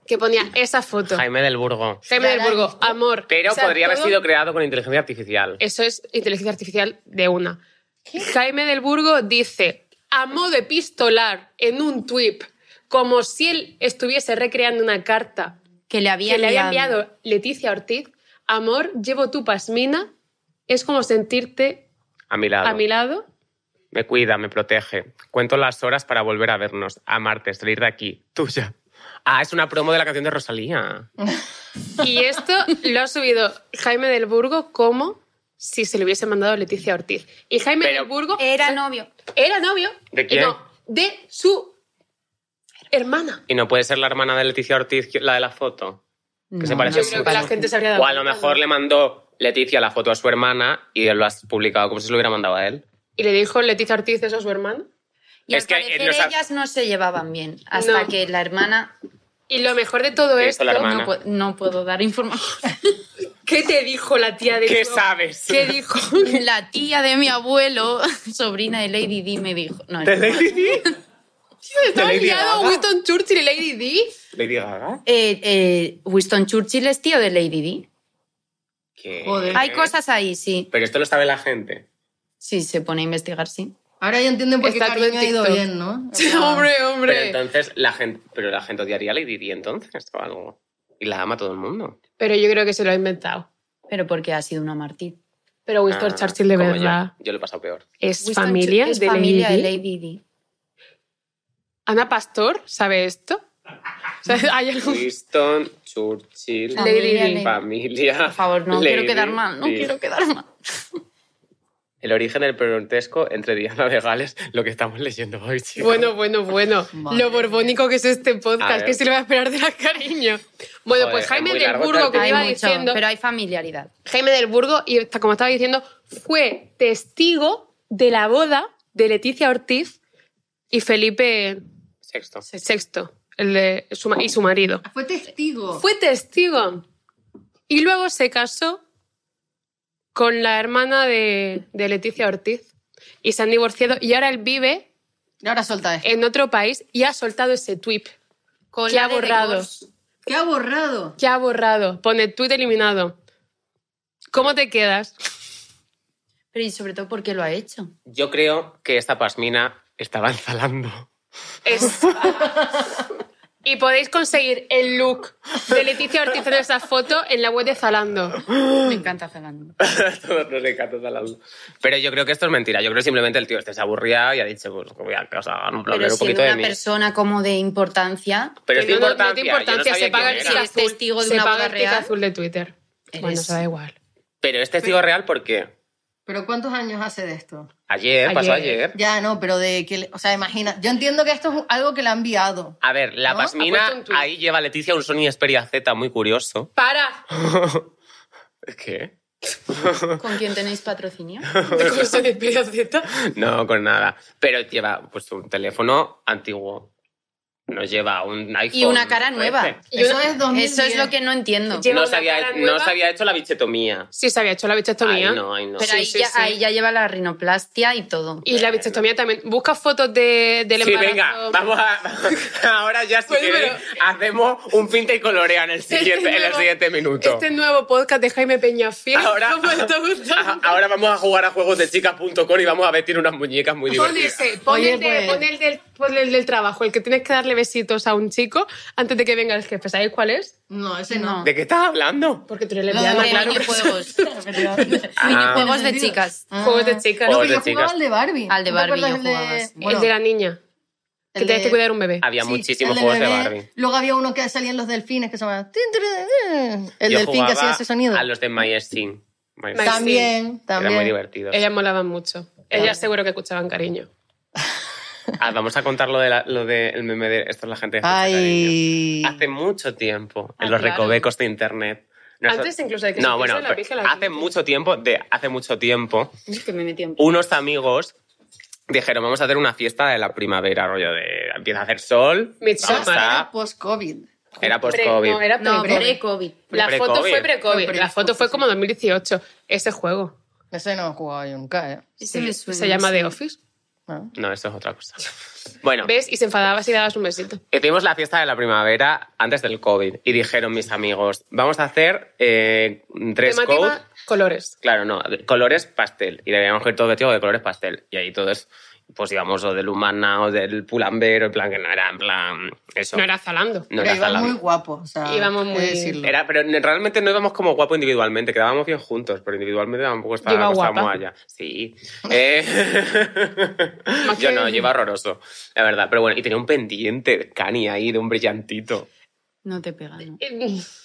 que ponía esa foto. Jaime,
Jaime del Burgo.
del
Ya la he
Burgo,
visto.
amor.
Pero
O sea,
podría haber
todo-
sido creado con inteligencia artificial.
Eso es inteligencia artificial de una. Jaime del Burgo dice, a modo epistolar, en un tuit, como si él estuviese recreando una carta
Que le había
que le había enviado Leticia Ortiz, amor, llevo tu pasmina, es como sentirte
A mi lado.
a mi lado.
Me cuida, me protege. Cuento las horas para volver a vernos. Amarte, salir de aquí. Tuya. Ah, es una promo de la canción de Rosalía.
Y esto lo ha subido Jaime del Burgo como si se lo hubiese mandado Leticia Ortiz. Y Jaime
Pero-
del Burgo
Era novio.
era novio
¿De quién?
no, de su hermana.
Y no puede ser la hermana de Leticia Ortiz la de la foto. Que se
No,
parece
no
Yo
sé.
mucho.
creo que la gente se habría dado
O a lo
cuenta,
mejor
¿no?
le mandó Leticia la foto a su hermana y lo has publicado como si se lo hubiera mandado a él.
Y le dijo Leticia Ortiz eso a su hermana.
Y
Es
al
que, eh,
parecer
nos ha-
ellas no se llevaban bien hasta
No.
que la hermana
Y lo mejor de todo
¿Qué
esto,
hizo la hermana?
No, pu- no puedo dar información.
¿qué te dijo la tía de
¿Qué
tu-
sabes?
¿Qué dijo?
La tía de mi abuelo, sobrina de Lady D, me dijo. No,
¿De Lady Di?
¿Estaba
Lady
liado a
Gaga?
Winston Churchill y Lady D?
¿Lady Gaga?
Eh, eh, Winston Churchill es tío de Lady D.
¿Qué?
Joder.
Hay cosas ahí, sí.
eh, Pero esto lo sabe la gente.
Sí, se pone a investigar, sí.
Ahora ya entienden por qué
Está todo en
cariño ha ido
TikTok.
bien, ¿no? O
Sí,
sea,
hombre,
Pero
hombre.
entonces la gente, pero la gente odiaría a Lady Di entonces o algo. Y la ama todo el mundo.
Pero yo creo que se lo ha inventado.
Pero porque ha sido una mártir.
Pero Winston
Ah,
Churchill de
como
verdad
Yo, yo lo he pasado peor.
es
Winston
familia
Chu- es
de
familia
Lady Di.
de Lady Di.
Ana Pastor sabe esto. O sea, hay algún-
Winston, Churchill,
Lady
Familia
Di.
Lady-
familia.
Ah, Por favor, no quiero
Lady
quedar mal, no
Di.
quiero quedar mal.
El origen del perontesco entre Diana de Gales, lo que estamos leyendo hoy, chicos.
Bueno, bueno, bueno.
Madre
lo borbónico que es este
A
podcast.
ver.
¿Qué se le va a esperar de la cariño? Bueno,
Joder,
pues
es
Jaime
muy
del
largo,
Burgo,
tal-
que te
Hay
iba
mucho,
diciendo.
pero hay familiaridad.
Jaime del Burgo, y está- como estaba diciendo, fue testigo de la boda de Leticia Ortiz y Felipe
Sexto.
VI el de su ma- y su marido.
Fue testigo.
Fue testigo. Y luego se casó con la hermana de, de Leticia Ortiz. Y se han divorciado. Y ahora él vive
Y ahora suelta esto.
en otro país y ha soltado ese tweet
Cola
que ha
de
borrado.
divorcio.
¿Qué ha borrado?
Que ha borrado. Pone tweet eliminado. ¿Cómo te quedas?
Pero y sobre todo porque lo ha hecho.
Yo creo que esta pasmina estaba ensalando.
Es- y podéis conseguir el look de Leticia Ortiz en esa foto en la web de Zalando.
Me encanta Zalando.
Todos los encantos ensalando. Pero yo creo que esto es mentira. Yo creo que simplemente el tío este se aburría y ha dicho, pues, que voy a casa, un
Pero
un poquito
siendo
de
una
mí.
persona como de importancia,
Pero es
Que
de
no- no- no
importancia.
tiene
yo no sabía
se paga el
quién
Si
era.
tic
eres
azul,
testigo de
se
una
paga
boda
el tic
real,
azul de Twitter. Bueno,
eres-
eso da igual.
Pero es testigo real porque
¿Pero cuántos años hace de esto?
ayer, pasó
Ayer.
ayer.
Ya, no, pero de que... le- O sea, imagina. Yo entiendo que esto es algo que le ha enviado.
A ver, la
¿No?
pasmina,
Ha puesto un tuit.
ahí lleva Leticia un Sony Xperia Z muy curioso.
¡Para!
¿Qué?
¿con quién tenéis patrocinio?
¿Cómo se despide Zeta?
No, con nada. Pero lleva pues un teléfono antiguo. No lleva un iPhone.
Y una cara
13.
nueva.
Y
Eso
una-
es 2010.
Eso es lo que no entiendo.
Lleva
No
una
se, había,
cara
no
nueva.
se había hecho la bichetomía.
Sí, se había hecho la bichectomía.
Ay, no, ay, no.
Pero
Sí,
ahí,
sí,
ya,
sí.
ahí ya lleva la rinoplastia y todo.
Y la bichectomía también. Busca fotos de, del
Sí,
embarazo.
venga, vamos a. Ahora ya si
Bueno,
queréis, hacemos un pinta y colorea en el
Este
siguiente, en el
nuevo-
siguiente minuto.
Este nuevo podcast de Jaime Peñafiel.
Ahora, ah,
¿Cómo está gustando?
a- ahora vamos a jugar a juegos de chicas.com y vamos a vestir unas muñecas muy
Pon
divertidas.
ese, pon
Oye,
el, de-
pues.
pon el del, pon el del trabajo, el que tienes que darle besitos a un chico antes de que venga el jefe. ¿Sabéis cuál es?
No, ese no.
No.
¿De qué estás hablando?
Porque tú eres
Lo de
lesbiana,
de
claro.
minijuegos.
Minijuegos
Ah.
Minijuegos de chicas.
Juegos de
Joder.
chicas.
No, que yo
de chicas.
jugaba al de Barbie.
Al de
¿No te
Barbie yo
acuerdas del
jugaba, sí.
de... bueno,
el de la este niña, que
el
tenías que
de-
cuidar un bebé.
Había
sí,
muchísimos
el E,
juegos de
bebé.
Barbie.
Luego había uno que salían los delfines que se llamaba... tin, tin, tin, tin. El
Yo
delfín que hacía
jugaba
ese sonido.
A los de My Steam. My
My
Steam.
Steam.
También,
Era muy
también.
divertido.
Ellas molaban mucho. Ellas seguro que escuchaban cariño.
Ah, vamos a contar lo del de la- lo del meme de esto es la gente. que escucha,
Ay.
cariño. Hace mucho tiempo, en
Ah,
los
claro.
recovecos de internet. Noso-
Antes incluso de que se
no, bueno,
pusiera la
pero
pija la
hace
gente.
mucho tiempo, de hace mucho tiempo,
Que me metí en...
unos amigos dijeron, vamos a hacer una fiesta de la primavera, rollo de empieza a hacer sol.
Midsommar.
vamos a-
Era post-COVID.
Era
Pre-
post-COVID.
No, era
No,
pre-COVID.
pre-COVID.
La
Pre-
foto
pre-COVID.
fue pre-COVID.
Fue pre-
La foto fue como 2018. Ese juego.
Ese no he jugado yo nunca, ¿eh?
Ese me suena,
Se llama
sí.
The Office.
No.
No, eso es otra cosa. Bueno,
¿Ves? Y se enfadaba si dabas un besito.
Hicimos la fiesta de la primavera antes del COVID y dijeron mis amigos, vamos a hacer eh, dress code.
Temática, colores.
Claro, no, de- colores pastel. Y debíamos ir todo vestido de colores pastel. Y ahí todos, pues íbamos o del humana o del pulambero, en plan que no era, en plan, eso.
No era Zalando.
No
pero
era
iba
salami.
muy guapo, o sea,
Íbamos
qué
muy-
decirlo.
Era- pero ne- realmente no íbamos como guapo individualmente, quedábamos bien juntos, pero individualmente tampoco estaba,
Lleva
estaba
guapa.
muy allá. Sí. Eh,
Más
Yo
que-
no, lleva horroroso, la verdad. Pero bueno, y tenía un pendiente cani ahí de un brillantito.
No te pega, no.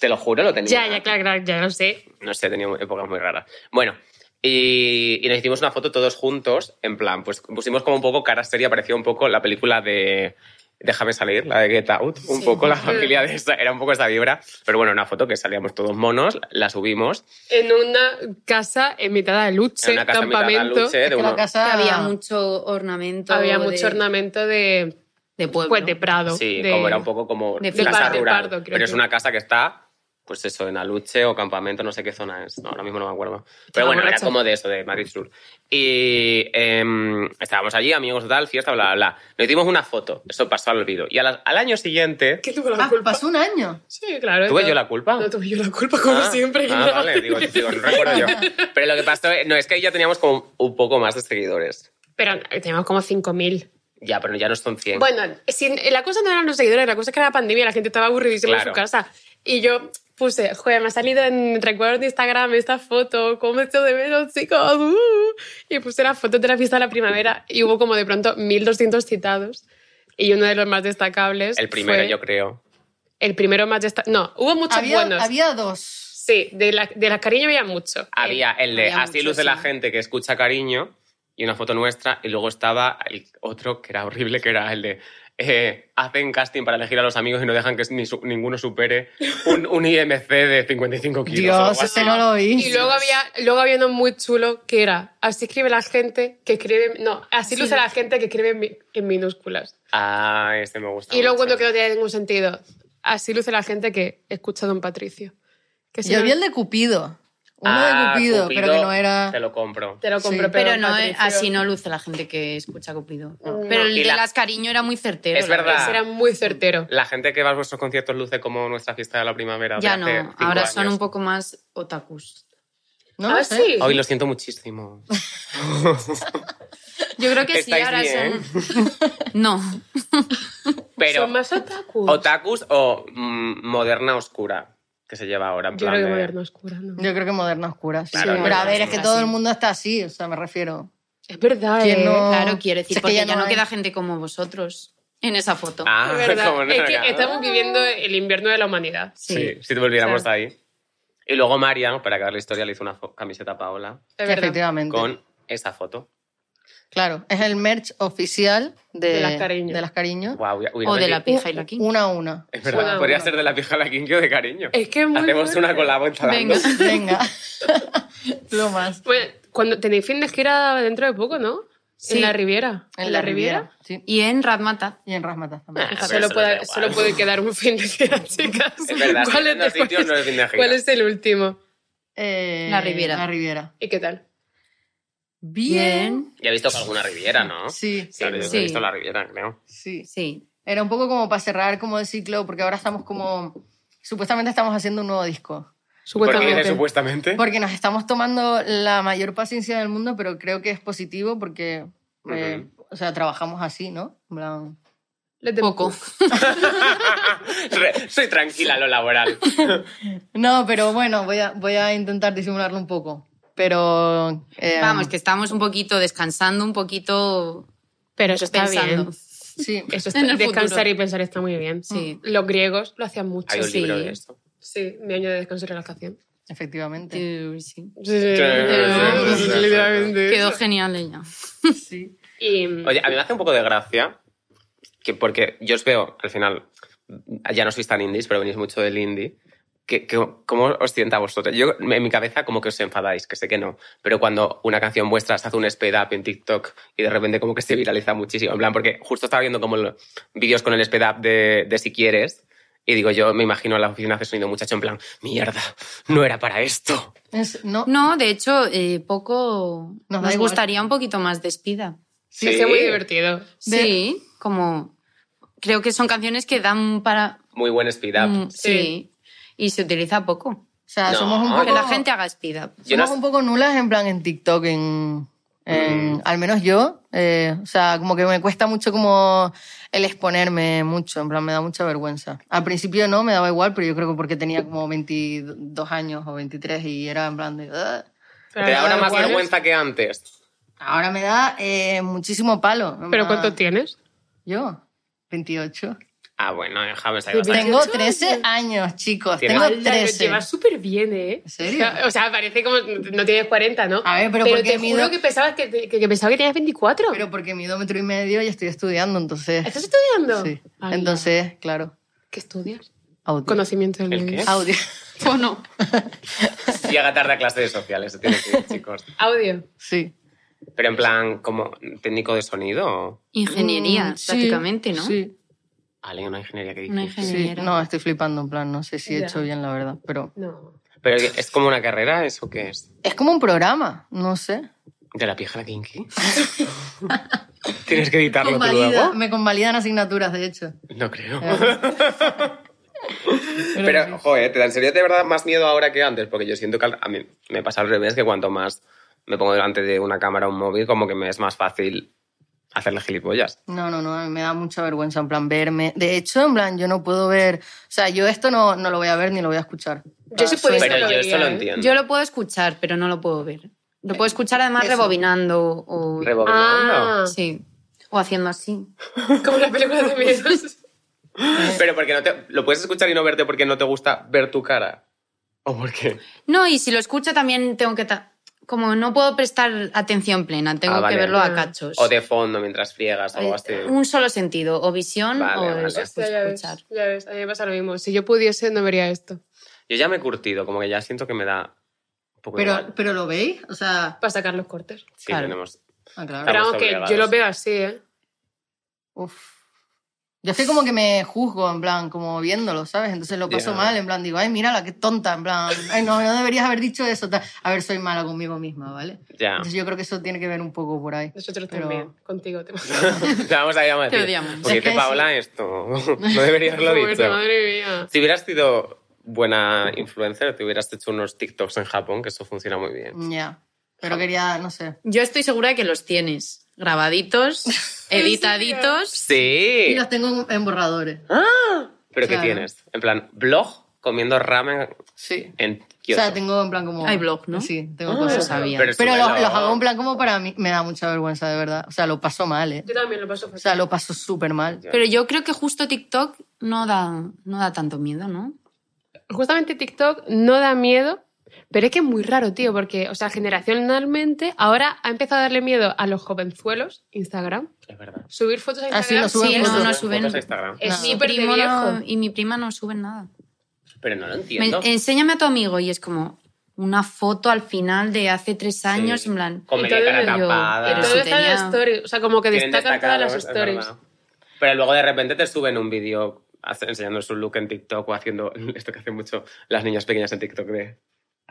Te lo juro, lo tenía.
Ya, ya, claro, claro, ya lo sé.
No sé, tenía épocas muy raras. Bueno, y, y nos hicimos una foto todos juntos, en plan, pues pusimos como un poco cara seria, parecía un poco la película de Déjame salir, la de Get Out, un
Sí.
poco la familia de esa, era un poco esa vibra, pero bueno, una foto que salíamos todos monos, la subimos,
En una casa en mitad de luche,
en una casa mitad
campamento.
de luche,
Es
de
que la
uno,
casa
Ah. Había mucho ornamento.
Había
de-
mucho ornamento de,
de pueblo.
Pues de Prado.
Sí,
de-
como era un poco como
de
casa
Pardo,
rural.
Pardo, creo
pero es
que.
una casa que está, pues eso, en Aluche o campamento, no sé qué zona es. No, ahora mismo no me acuerdo. Pero bueno, era
borracha.
como de eso, de Madrid Sur. Y em, estábamos allí, amigos, tal, fiesta, bla, bla, bla. Nos hicimos una foto, eso pasó al olvido. Y a la- al año siguiente,
¿Qué tuvo la
Ah,
culpa?
pasó un año.
Sí, claro.
¿tuve
no-
yo la culpa?
No tuve yo la culpa, como
Ah,
siempre.
ah,
ignorante.
vale, digo, digo, no recuerdo yo. Pero lo que pasó, eh, no, es que ahí ya teníamos como un poco más de seguidores.
Pero teníamos como 5.000.
Ya, pero ya no son 100.
Bueno, si- la cosa no eran los seguidores, la cosa es que era la pandemia, la gente estaba aburridísima en
Claro.
su casa. Y yo puse, joder, me ha salido en recuerdos de Instagram esta foto, ¿cómo me echo de menos, chicos? Uh". Y puse la foto de la fiesta de la primavera y hubo como de pronto 1.200 citados. Y uno de los más destacables.
el primero,
fue
yo creo.
El primero más destacable. No, hubo muchos
Había,
buenos.
había dos.
Sí, de las de la cariño había mucho.
Había el de
había
Así
muchos,
luce la
sí.
gente que escucha cariño y una foto nuestra y luego estaba el otro que era horrible, que era el de eh, hacen casting para elegir a los amigos y no dejan que ni su- ninguno supere un, un IMC de 55 kilos. o algo
Dios,
así.
ese no lo oí.
Y luego había, luego había uno muy chulo que era, así escribe la gente que escribe, no, así luce la gente que escribe en, mi- en minúsculas.
Ah, este me gusta.
y luego
mucho.
uno que no tiene ningún sentido, así luce la gente que escucha a Don Patricio. Que si
Yo
no-
vi el de Cupido. Uno
Ah,
de Cupido, pero que no era.
Te lo compro.
Te lo compro,
Sí.
pero,
Pero no, eh,
Patricio-
así no luce la gente que escucha Cupido.
No.
Mm. Pero el
Y
de
la-
las cariño era muy certero.
Es
la
verdad.
Ese era muy certero.
La gente que va a vuestros conciertos luce como nuestra fiesta de la primavera. de
Ya
hace
no,
cinco
ahora son
años.
un poco más otakus.
No
ah,
lo sé.
sí.
Hoy lo siento muchísimo.
Yo creo que sí,
Estáis
ahora
bien.
son. No,
Pero
Son más otakus.
otakus o mm, moderna oscura, que se lleva ahora. En
Yo
plan
creo que
de-
moderno oscura, ¿no?
Yo creo que Moderna Oscura. sí.
Claro,
pero a
Moderna
ver, es que
Oscura,
todo
sí.
el mundo está así, o sea, me refiero.
Es verdad,
¿Quién
eh.
no?
claro, quiero
Es
decir,
que
porque
ya
ya,
no
no
hay.
queda gente como vosotros en esa foto.
Ah,
Es verdad.
como no
Es
era
que
nada.
estamos viviendo el invierno de la humanidad.
Sí, si te volviéramos
Claro.
ahí. Y luego Marian, para acabar la historia, le hizo una fo- camiseta a Paola
Es verdad.
Efectivamente.
con esa foto.
Claro, es el merch oficial de,
De las Cariño.
de las Cariño.
Guau, ya- uy, no
O
me
de
di-
la pija y la quinta.
Una a una.
Es verdad,
Una,
podría
una.
ser de la pija a la quinquio de cariño.
Es que es muy
Hacemos
fuerte.
una colabo entre las
Venga.
dos.
Venga. Lo más.
Pues, cuando tenéis fin de gira dentro de poco, ¿no?
Sí.
En la Riviera.
Sí.
Y en Radmata.
Y en Rasmatas también.
Ah, pero
solo,
eso
puede,
da igual.
solo puede quedar un fin de gira, chicas.
Es verdad, si
¿Cuál,
no
es,
es sitio, no es fin de gira.
cuál es el último?
Eh,
La Riviera.
La Riviera.
¿Y qué tal?
Bien.
Ya he visto alguna Riviera, ¿no?
Sí,
Claro, yo
Sí.
he visto la Riviera, creo.
sí.
Sí.
Era un poco como para cerrar como el ciclo, porque ahora estamos como... Supuestamente estamos haciendo un nuevo disco.
Porque dice
Supuestamente.
supuestamente.
Porque nos estamos tomando la mayor paciencia del mundo, pero creo que es positivo porque... eh, O sea, trabajamos así, ¿no? En plan,
Le tengo-
Poco.
Re- Soy tranquila en lo laboral.
No, pero bueno, voy a, voy a intentar disimularlo un poco. Pero... eh,
Vamos, que estamos un poquito descansando, un poquito
Pero eso está
pensando.
bien.
Sí.
Eso está-
En el
descansar
futuro.
y pensar está muy bien.
Sí.
Los griegos lo hacían mucho.
Hay un
Sí.
libro de esto.
Sí, mi año de descanso y relajación.
Efectivamente.
Eh, sí.
Sí, sí,
sí, sí, sí.
literalmente.
Quedó genial ella.
Sí.
Y,
Oye, a mí me hace un poco de gracia que porque yo os veo, al final, ya no sois tan indies, pero venís mucho del indie. Que, que- ¿Cómo os sienta a vosotros? Yo, en mi cabeza, como que os enfadáis, que sé que no. Pero cuando una canción vuestra se hace un speed up en TikTok y de repente como que se viraliza muchísimo. En plan, porque justo estaba viendo como lo- vídeos con el speed up de, de Si Quieres y digo, yo me imagino a la oficina de sonido un muchacho en plan, mierda, no era para esto.
Es- no,
No, de hecho, eh, poco
Nos
nos,
da igual.
gustaría un poquito más de Spida.
sí, está muy divertido.
Sí, como creo que son canciones que dan para
Muy buen speed up.
mm, sí.
Sí.
y se utiliza poco.
O sea,
No,
somos un
que
poco...
Que la gente haga Speed Up.
Yo
somos
no-
un poco nulas en plan en TikTok, en, en-
Mm.
al menos yo. eh, o sea, como que me cuesta mucho como el exponerme mucho, en plan me da mucha vergüenza. Al principio no, me daba igual, pero yo creo que porque tenía como 22 años o 23 y era en plan de... "Ugh".
Pero
Te da ahora
da
más
igual.
vergüenza que antes. Ahora
Ahora me da eh, muchísimo palo. en
¿Pero
plan,
cuánto tienes?
Yo, 28.
Ah, bueno, en James
Sí, pero-
Tengo
28
13 años, chicos.
Tienes-
Tengo
Ala, lo
13.
llevas súper bien, ¿eh?
¿En serio?
O sea, O sea, parece como no tienes 40, ¿no?
A ver, pero porque
te
mido-
juro que pensabas que, te- que- que pensaba que tenías 24.
Pero porque mido metro y medio y estoy estudiando, entonces.
¿Estás estudiando?
Sí.
Ala,
Entonces, claro.
¿Qué estudias?
Audio.
Conocimiento del
¿El qué?
medio.
Audio.
¿O no?
Llega tarde a clases sociales, se tiene que ir, chicos.
Audio.
Sí.
Pero en plan, como técnico de sonido.
Ingeniería,
Mm, sí,
prácticamente, ¿no?
Sí,
Ale, una ingeniería que
Una
dije.
sí.
ingeniera.
No, estoy flipando, en plan, no sé si he
Ya.
hecho bien, la verdad. Pero
No.
Pero es como una carrera, ¿eso qué es?
es como un programa, no sé.
¿De la pija a la kinky? ¿Tienes que editarlo tú
Convalida-
luego?
me convalidan asignaturas, de hecho.
No creo.
Pero
Pero, joder, ¿te da en serio de verdad más miedo ahora que antes? Porque yo siento que al- a mí me pasa al revés, que cuanto más me pongo delante de una cámara o un móvil, como que me es más fácil hacerle gilipollas.
No, no, no, a mí me da mucha vergüenza en plan verme. De hecho, en plan, yo no puedo ver. O sea, yo esto no, no lo voy a ver ni lo voy a escuchar.
Yo sí puedo
Soy-
Eso
Pero
lo
Ah, yo esto
haría,
lo
¿eh?
entiendo.
Yo lo puedo escuchar, pero no lo puedo ver. Lo puedo escuchar además
Eso.
rebobinando o,
Rebobinando.
Ah.
sí, o haciendo así.
Como las películas de miedo.
Pero porque no te, lo puedes escuchar y no verte porque no te gusta ver tu cara. ¿O por qué?
No, y si lo escucho también tengo que... ta- Como no puedo prestar atención plena, tengo
Ah, vale.
que verlo a
Ah.
cachos.
O de fondo mientras friegas o algo así.
Eh, Un solo sentido, o visión
Vale,
o
vale.
escuchar.
Hostia,
ya ves, ya ves, a mí me pasa lo mismo. Si yo pudiese, no vería esto.
Yo ya me he curtido, como que ya siento que me da un poco
Pero,
igual.
pero lo veis? O sea,
Para sacar los cortes.
Sí,
claro.
tenemos...
ah,
Pero
claro.
Estamos
aunque yo
obligados.
lo veo así, ¿eh?
Uf. Yo estoy como que me juzgo, en plan, como viéndolo, ¿sabes? Entonces lo paso
Ya.
mal, en plan, digo, ay, mírala, qué tonta, en plan, ay, no, no deberías haber dicho eso. tal. A ver, soy mala conmigo misma, ¿vale?
Ya.
Entonces yo creo que eso tiene que ver un poco por ahí.
Nosotros
Pero-
también. Contigo te
Te vamos a llamar. a
Te
ti.
odiamos.
Porque
Es que
dice Paola esto. No deberías haberlo
Joder,
dicho.
Madre mía.
Si hubieras sido buena influencer, te hubieras hecho unos TikToks en Japón, que eso funciona muy bien.
Mm, Ya.
Ah.
Pero quería, no sé.
Yo estoy segura de que los tienes grabaditos, editaditos.
Y
Sí.
los tengo en- en borradores.
¿Ah? Pero ¿qué
Claro.
tienes? En plan, blog comiendo ramen
Sí.
en
O
Kioto.
sea, tengo en plan como...
Hay blog, ¿no?
Sí, tengo
Ah,
cosas.
eso sabía.
Pero,
Pero
súbelo.
los, los hago en plan como para mí. Me da mucha vergüenza, de verdad. O sea, lo paso mal, ¿eh?
Yo también lo paso
O sea, lo paso súper mal.
Ya.
Pero yo creo que justo TikTok no da, no da tanto miedo, ¿no?
Justamente TikTok no da miedo, pero es que es muy raro, tío, porque, o sea, generacionalmente ahora ha empezado a darle miedo a los jovenzuelos Instagram.
Es verdad.
Subir fotos a
Ah, sí,
Instagram.
lo suben
Sí,
fotos.
no, no
Fotos
suben.
a Instagram.
Es
No.
Mi
súper de
primo no-
viejo.
y mi prima no suben nada.
Pero no lo
Me-
entiendo.
enséñame a tu amigo y es como una foto al final de hace tres años, en plan.
Con media
Y todo
cara
yo-
tapada.
pero
Todo
si
está en
tenía-
la story, o sea, como que
Tienen
destacan todas
destacados,
las
Ah, es
stories.
verdad. Pero luego de repente te suben un vídeo hace- enseñando su look en TikTok o haciendo esto que hacen mucho las niñas pequeñas en TikTok. De...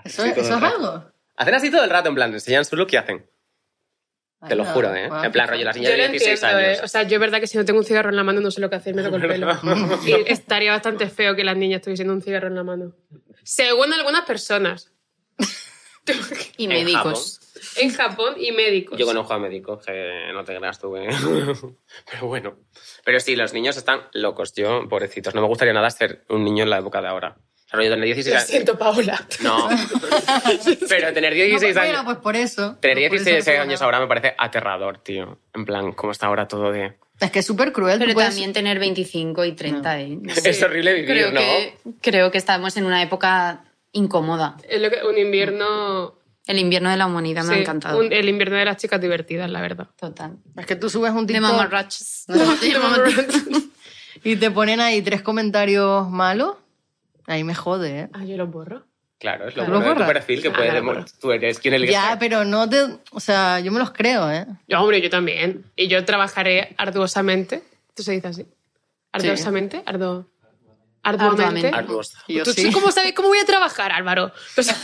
¿Eso,
Sí, todo
eso
el
es
rato.
algo?
Hacen así todo el rato, en plan, enseñan su look y hacen. Te
Ay,
lo
no, pues
juro, ¿eh?
guau.
En plan, rollo, las
Yo
niñas
lo
de 16
entiendo, ¿eh? O
años.
sea, yo es verdad que si no tengo un cigarro en la mano no sé lo que hacer, me toco el pelo. Y estaría bastante feo que las niñas tuviesen un cigarro en la mano. Según algunas personas.
Y
En
médicos.
En Japón y médicos.
Yo conozco a médicos, que no te creas tú, ¿eh? Pero bueno. Pero sí, los niños están locos. Yo, pobrecitos, no me gustaría nada ser un niño en la época de ahora. O sea, rollo, tener
Lo
16 años...
siento, Paola.
No. Pero tener
No,
16
pues,
años...
bueno, pues por eso.
Tener
Pues por eso
16
no tengo
años
nada.
ahora me parece aterrador, tío. En plan, cómo está ahora todo de...
Es que es súper cruel. tú
Pero
puedes-
también tener 25 y 30, ¿eh? No sé.
Es horrible vivir,
creo
¿no?
Que, creo que estamos en una época incómoda.
Es lo que, un invierno...
El invierno de la humanidad me ha
sí,
encantado.
un- el invierno de las chicas divertidas, la verdad.
Total.
Es que tú subes un
De
TikTok
mamarrachos.
De mamarrachos. y te ponen ahí tres comentarios malos. Ahí me jode, ¿eh?
Ah, yo los borro.
Claro, es lo
Claro.
bueno de tu
Borra.
perfil, que
Ah,
puedes...
claro,
demo-
borra.
Tú eres quien eliges.
Ya, pero no te... O sea, yo me los creo, ¿eh?
No, hombre, yo también. Y yo trabajaré arduosamente. ¿Tú se dice así? ¿Arduosamente? Ardu- Arduamente.
Arduamente.
Arduosa.
Yo
¿Tú,
sí.
tú cómo sabes cómo voy a trabajar, Álvaro? O sea,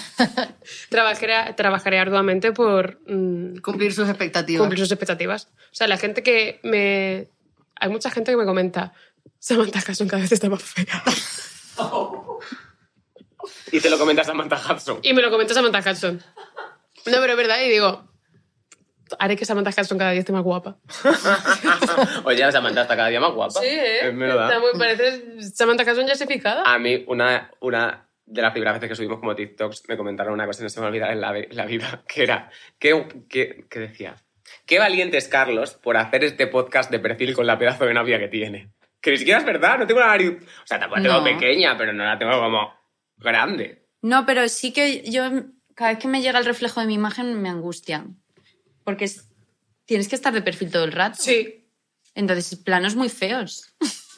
trabajaré, trabajaré arduamente por mm,
Cumplir sus expectativas.
cumplir sus expectativas. O sea, la gente que me... Hay mucha gente que me comenta, Samantha Casson cada vez está más fea.
Y te lo comentas a Samantha Hudson.
Y me lo comenta Samantha Hudson. No, pero es verdad, y digo, haré que Samantha Hudson cada día esté más guapa.
Oye, Samantha está cada día más guapa.
¿eh?
Es verdad.
parece, Samantha Hudson ya se picada.
A mí, una, una de las primeras veces que subimos como TikToks, me comentaron una cosa que no se me olvidará en la, vi- la vida, que era, que, que- que decía, qué valiente es Carlos por hacer este podcast de perfil con la pedazo de novia que tiene. Que ni siquiera es verdad, no tengo la nariz... O sea, tampoco la tengo
No.
pequeña, pero no la tengo como grande.
No, pero sí que yo, cada vez que me llega el reflejo de mi imagen, me angustia. Porque es- tienes que estar de perfil todo el rato.
Sí.
Entonces, planos muy feos.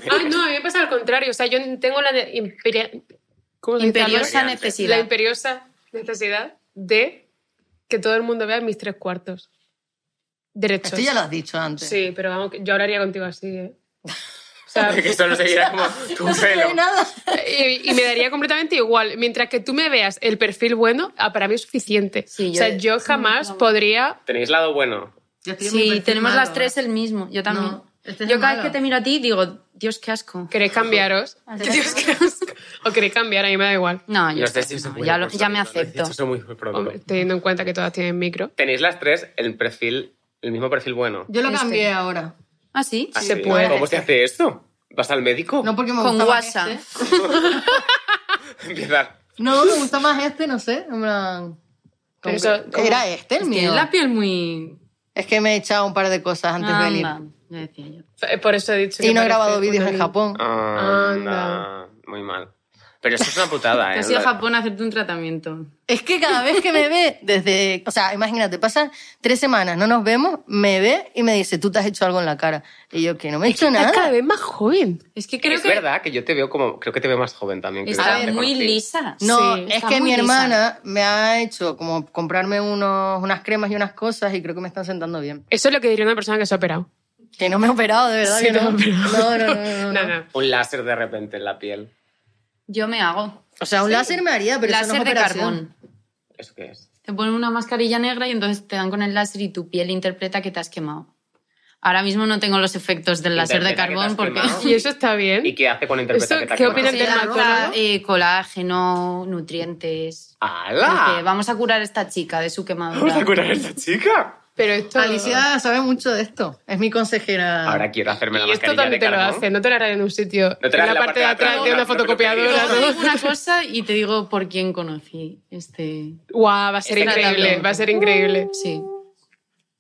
Ay, no, a mí me pasa al contrario. O sea, yo tengo la de- imperia- ¿cómo se dice?
Imperiosa
variante.
Pues La
necesidad.
imperiosa necesidad de que todo el mundo vea mis tres cuartos. derechos.
Esto ya lo has dicho antes.
Sí, pero vamos, que yo hablaría contigo así, ¿eh? O sea,
Que esto no se dirá como tu
No se
pelo.
ve nada.
y, y me daría completamente igual. Mientras que tú me veas el perfil bueno, ah, para mí es suficiente.
Sí, yo-
o sea, yo
sí,
jamás
vamos.
podría...
¿Tenéis lado bueno?
Yo estoy en mi
Sí,
perfil
tenemos
malo,
las tres el mismo. Yo también.
No, este es
yo
el
cada vez
malo.
que te miro a ti digo, Dios, qué asco.
¿Queréis cambiaros? Dios, qué asco. ¿O queréis cambiar? A mí me da igual.
No, yo
No sé
estoy-
si se
no,
puede,
ya, lo-
por
ya me
favor, no
acepto.
decís Eso muy, muy pronto.
Hombre, teniendo en cuenta que todas tienen micro.
Tenéis las tres el perfil, el mismo perfil bueno.
Yo lo
Este.
cambié ahora.
¿Ah, sí?
Así,
Se puede.
¿Cómo se hace esto? ¿Vas al médico?
No porque me
Con
gusta
WhatsApp.
más este.
Empieza.
No, me gusta más este, no sé. en plan-
Pero eso, ¿cómo?
Era este el mío.
Tienes la piel muy...
Es que me he echado un par de cosas antes de venir.
Anda, ya decía yo.
Eh, Por eso he dicho que
Y no he
parece
grabado
un
vídeos en
anillo.
Japón.
Ah. Anda. Muy mal. Pero esto es una putada,
Te
¿eh?
has ido a
Lo-
Japón a hacerte un tratamiento.
Es que cada vez que me ve, desde. O sea, imagínate, pasan tres semanas, no nos vemos, me ve y me dice, tú te has hecho algo en la cara. Y yo, que no me he hecho
Estás cada
nada.
vez más joven.
Es que creo
es
que
verdad que yo te veo como. Creo que te veo más joven también. que
está
yo te
muy
conocí.
lisa.
No,
Sí,
es
está
que mi
muy lisa.
hermana me ha hecho como comprarme unos, unas cremas y unas cosas y creo que me están sentando bien.
Eso es lo que diría una persona que se ha operado.
Que no me he operado, de verdad.
Sí,
que
no
no.
me he
no, no, no, no, no.
No, no.
Un láser de repente en la piel.
Yo me hago.
O sea, un láser me haría, pero eso
láser
no es
de
operación.
carbón.
¿Eso qué es?
Te ponen una mascarilla negra y entonces te dan con el láser y tu piel interpreta que te has quemado. Ahora mismo no tengo los efectos del láser de
Interpreta que te has
carbón porque...
quemado.
¿Y eso está bien?
¿Y qué hace cuando interpreta
Eso,
que te ha
¿qué
quemado?
opinan?
Se
¿Del
lanza,
dermatólogo?
eh, colágeno, nutrientes. Porque
¡Hala!
vamos a curar a esta chica de su quemadura.
Ah. Vamos a curar a esta chica.
Pero esto...
Alicia sabe mucho de esto. Es mi consejera.
Ahora quiero hacerme la
Y esto
mascarilla
también
de
te lo
carbón.
hace, no te lo harán en un sitio.
No te lo
en
harán
la parte de atrás de
no,
una
no, no, no,
fotocopiadora,
no,
Te digo
¿no?
una cosa y te digo por quién conocí este...
Guau, va a ser
Este
increíble,
tratamiento.
va a ser increíble.
Sí.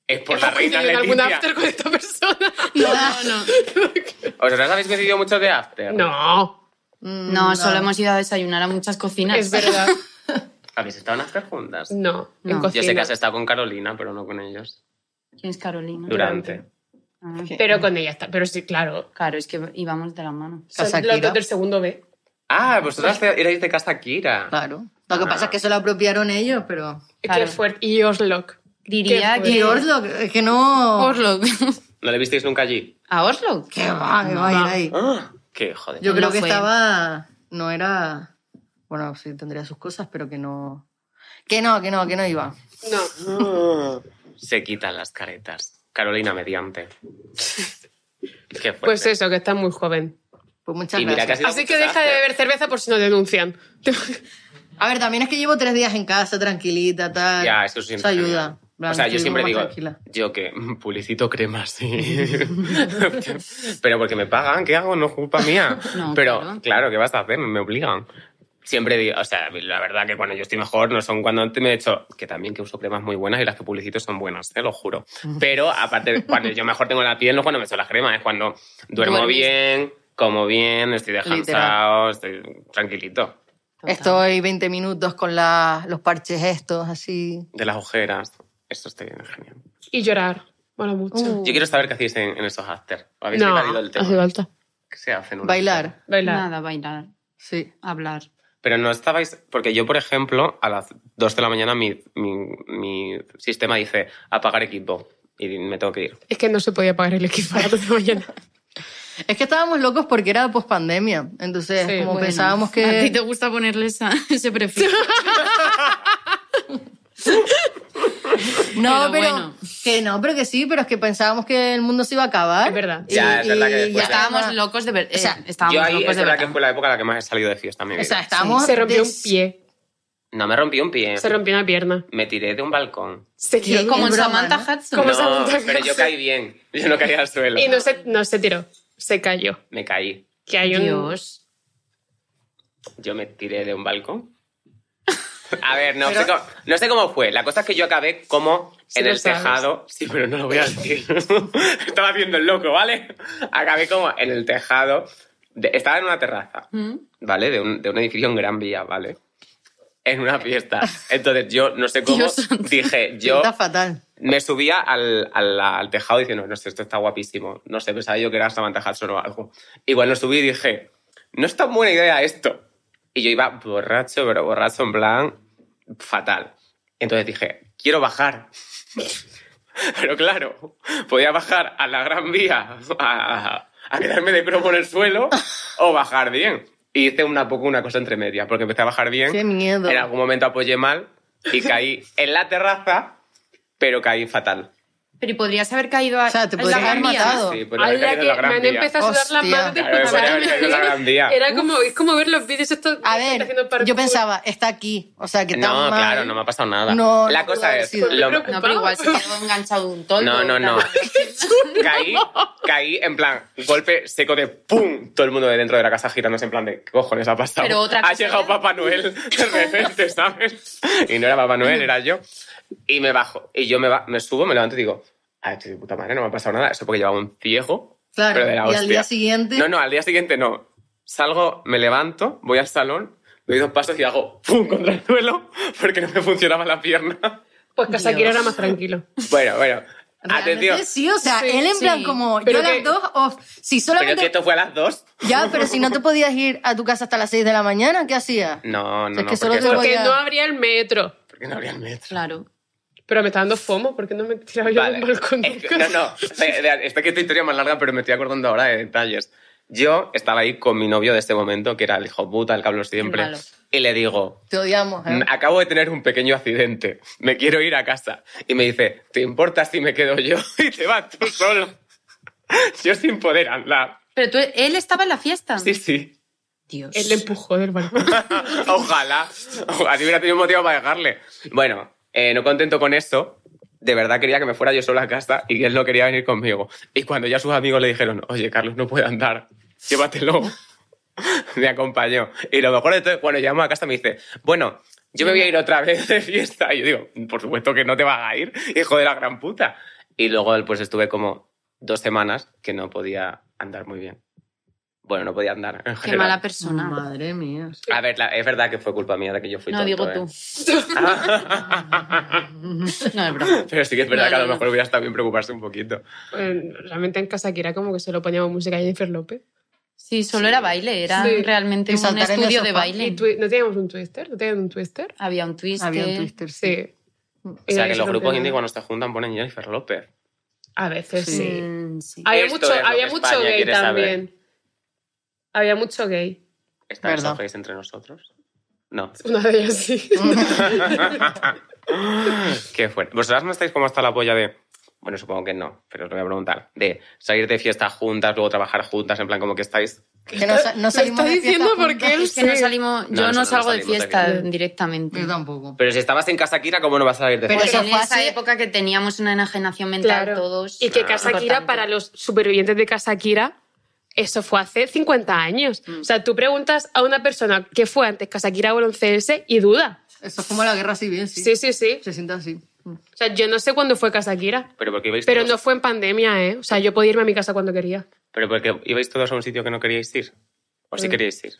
Es por la
Coincidido
reina
en algún
Leticia.
after con esta persona?
No, no,
¿Vosotras habéis coincidido mucho de after?
No,
Mm,
no. No, solo hemos ido a desayunar a muchas cocinas.
es verdad.
¿Habéis estado en after juntas?
No, en
No.
cocina.
Yo sé que has estado con Carolina, pero no con ellos.
¿Quién es Carolina?
Durante.
Ah,
Pero con ella está, pero sí, claro.
Claro, es que íbamos de la mano.
Son
Casa
los
Kira.
dos del segundo B.
Ah, vosotras
Pues
erais de Casa Kira.
Ah.
Claro. Lo que pasa es que se lo apropiaron ellos, pero.
Qué
Claro.
fuerte. Y Oslock.
Diría
Qué
que...
Y Oslo, es que no.
Oslo.
¿No le visteis nunca allí?
¿A Oslo?
Que va, que va a ir ahí.
Ah, qué joder.
Yo creo
No
que
fue.
estaba. No era. Bueno, sí tendría sus cosas, pero que no. Que no, que no, que no iba.
No.
Se quitan las caretas. Carolina mediante. Qué fuerte.
Pues eso, que está muy joven.
Pues muchas
Y mira que
gracias.
has ido a
Así que
muchos
deja de
after.
beber cerveza por si no denuncian.
A ver, también es que llevo tres días en casa, tranquilita, tal.
Ya, eso siempre.
Eso ayuda.
genial.
En plan,
o sea, yo
estoy
siempre
más
digo,
tranquila.
yo que mm, publicito cremas, sí. Pero porque me pagan, ¿qué hago? No es culpa mía.
No,
Pero claro.
claro.
¿qué vas a hacer? Me obligan. Siempre digo, o sea, la verdad que cuando yo estoy mejor no son cuando antes me he hecho, que también que uso cremas muy buenas y las que publicito son buenas, te lo juro. Pero aparte, de- cuando yo mejor tengo la piel no es cuando me echo las cremas, es cuando duermo
Duermes.
bien, como bien, estoy descansado, estoy tranquilito.
Total.
Estoy 20 minutos con la- los parches estos, así.
De las ojeras, esto estoy genial.
Y llorar. Mola mucho.
Uh,
Yo quiero saber qué hacéis en, en esos after. ¿Habéis
no,
evadido el
hace
tema?
falta.
¿Qué se hace en un after?
Bailar,
Bailar.
Nada, bailar,
sí.
hablar.
Pero no estabais... Porque yo, por ejemplo, a las 2 de la mañana mi, mi, mi sistema dice apagar equipo y me tengo que ir.
Es que no se podía pagar el equipo a las dos de la mañana.
Es que estábamos locos porque era pospandemia. Entonces,
Sí,
como
bueno.
pensábamos
¿A ti te
que.
gusta ponerle esa- ese prefijo?
No, pero.
pero bueno.
Que no, pero que sí, pero es que pensábamos que el mundo se iba a acabar.
Es verdad.
Ya, es verdad que después-
estábamos locos de ver.
O sea,
eh, estábamos
yo ahí
locos
es
de
verdad que
verdad.
fue la época en la que más he salido de fiesta en mi vida.
O sea, estábamos.
Se rompió un
des-
pie.
No me rompí un pie.
Se rompió una pierna.
Me tiré de un balcón.
Se
¿Qué?
tiró.
Como en
Es broma,
Samantha
¿no?
Hudson.
Como-
no,
Samantha
pero yo
Hudson.
caí bien. Yo no caí al suelo.
Y no se, no se tiró. Se cayó.
Me caí.
Que hay un...
Dios.
Yo me tiré de un balcón. A ver, no, sé cómo, no sé cómo fue. La cosa es que yo acabé como
Sí
en
lo
el
sabes.
tejado. Sí, pero no lo voy a decir. estaba haciendo el loco, ¿vale? Acabé como en el tejado. de- estaba en una terraza,
¿Mm?
¿vale? De un, de un edificio en Gran Vía, ¿vale? En una fiesta. Entonces yo, no sé cómo,
Dios santo.
dije, yo
Está fatal.
me subía al, al- al tejado diciendo, no sé, esto está guapísimo. No sé, pensaba yo que era Samantha Hudson o algo. Y cuando subí dije, no es tan buena idea esto. Y yo iba borracho, pero borracho en plan fatal. Entonces dije, quiero bajar. Pero claro, podía bajar a la Gran Vía a, a quedarme de cromo en el suelo o bajar bien. Y hice una poco una cosa entre medias, porque empecé a bajar bien.
Qué miedo.
En algún momento apoyé mal y caí en la terraza, pero caí fatal.
Pero ¿y podrías haber caído a
O sea, te
a la
podrías
Gran
haber
Vía?
matado.
Sí, pero
Ahora
caí en la
que me
Gran
han
Vía.
empezado a sudar las
Hostia.
manos
A ver,
después.
podría haber caído en la Gran Vía.
Era como, es como ver los vídeos estos.
A
de gente
ver,
haciendo parkour.
yo pensaba, está aquí. O sea, que está
No,
mal.
claro, no me ha pasado nada.
No,
la
no pudo
cosa
haber
es,
sido.
lo-
Yo creo
No, pero igual se quedó enganchado un toldo.
No, no, no.
en plan,
caí, caí en plan, golpe seco de ¡pum! Todo el mundo de dentro de la casa girándose en plan de ¿qué cojones ha pasado?
Pero otra
ha
cosa
llegado
era-
Papá Noel de repente, ¿sabes? Y no era Papá Noel, era yo. Y me bajo. Y yo me, ba- me subo, me levanto y digo, ay, estoy de puta madre, no me ha pasado nada. Eso porque llevaba un ciego.
Claro,
pero de la
y al
hostia.
día siguiente-
No, no, al día siguiente no. Salgo, me levanto, voy al salón, doy dos pasos y hago ¡pum! contra el suelo porque no me funcionaba la pierna.
Pues Casaquira era más tranquilo.
Bueno, bueno. ah,
Realmente
Atención.
Sí, o sea,
Sí,
él en
sí.
plan como,
Pero
yo a
que-
las dos, o si
Pero que
solamente...
esto fue a las dos.
Ya, pero si no te podías ir a tu casa hasta las 6 de la mañana, ¿qué hacías?
No, no,
Es
no.
que solo
porque
te
eso-
voy-
Porque
Podía-
no habría el metro.
Porque no habría metro.
Claro.
Pero me está dando fomo, porque no me he tirado yo de un balcón
Es que-
nunca?
no, no. de- de- Esta que esta historia es más larga, pero me estoy acordando ahora de detalles. Yo estaba ahí con mi novio de este momento, que era el hijo puta, el que hablo siempre.
Malo.
Y le digo,
Te odiamos, ¿eh?
acabo de tener un pequeño accidente, me quiero ir a casa. Y me dice, ¿te importa si me quedo yo? Y te vas tú solo. Yo sin poder andar.
Pero tú, él estaba en la fiesta.
Sí, sí.
Dios.
Él le empujó del balcón.
Ojalá. Ojalá hubiera tenido un motivo para dejarle. Bueno, eh, no contento con eso, de verdad quería que me fuera yo solo a casa y él no quería venir conmigo. Y cuando ya sus amigos le dijeron, oye, Carlos no puede andar, llévatelo, me acompañó. Y lo mejor de todo, cuando llegamos a casa me dice, bueno, yo me voy a ir otra vez de fiesta. Y yo digo, por supuesto que no te vas a ir, hijo de la gran puta. Y luego pues estuve como dos semanas que no podía andar muy bien. Bueno, no podía andar. en
Qué
general.
mala persona.
Madre mía.
A ver, la- es verdad que fue culpa mía de que yo fui
No,
tonto,
digo
¿eh? Ah,
tú. No, es broma.
Pero sí que es verdad
No,
que a lo
no, no.
mejor hubiera estado bien preocuparse un poquito.
Eh, Realmente en Casaquira como que solo poníamos música a Jennifer López.
Sí, solo era baile, era
Sí.
realmente
Y
un
saltar en el
estudio de
sofá.
¿Y
baile.
twi- no teníamos un twister? ¿No teníamos un twister?
Había un twist.
Había un twister, sí.
Sí.
O sea, que los grupos indie cuando se juntan ponen Jennifer López.
A veces sí. Ah,
sí.
Había
Esto
mucho,
es lo
había
que
mucho
España
gay
quiere saber.
también. Había mucho gay.
¿Están
Verdad.
esos gays entre nosotros? No.
Una de ellas sí.
Qué fuerte. ¿Vosotras no estáis como hasta la polla de... Bueno, supongo que no, pero os lo voy a preguntar. De salir de fiesta juntas, luego trabajar juntas, en plan como que estáis...
Que no, sa- no
Lo
salimos
está
de fiesta
diciendo
juntas.
porque él
Es que no
sí.
salimos,
No,
yo
nosotros no
no salgo de
salimos de
fiesta
fiesta.
directamente.
Yo tampoco.
Pero si estabas en casa, Kira, ¿cómo no vas a salir de
Pero
fiesta?
Porque
eso
en
fue
esa
así.
época que teníamos una enajenación mental
Claro.
todos.
Ah,
Y que Casaquira,
Importante.
para los supervivientes de Casaquira, eso fue hace 50 años.
Mm.
O sea, tú preguntas a una persona que fue antes Casaquira o el 11S y duda.
Eso es como la guerra civil, sí.
Sí, sí, sí.
Se siente así.
O sea, yo no sé cuándo fue Casaquira.
Pero porque ibais
Pero
todos-
no fue en pandemia, ¿eh? O sea, yo podía irme a mi casa cuando quería.
Pero porque ibais todos a un sitio que no queríais ir. ¿O sí
Mm.
queríais ir?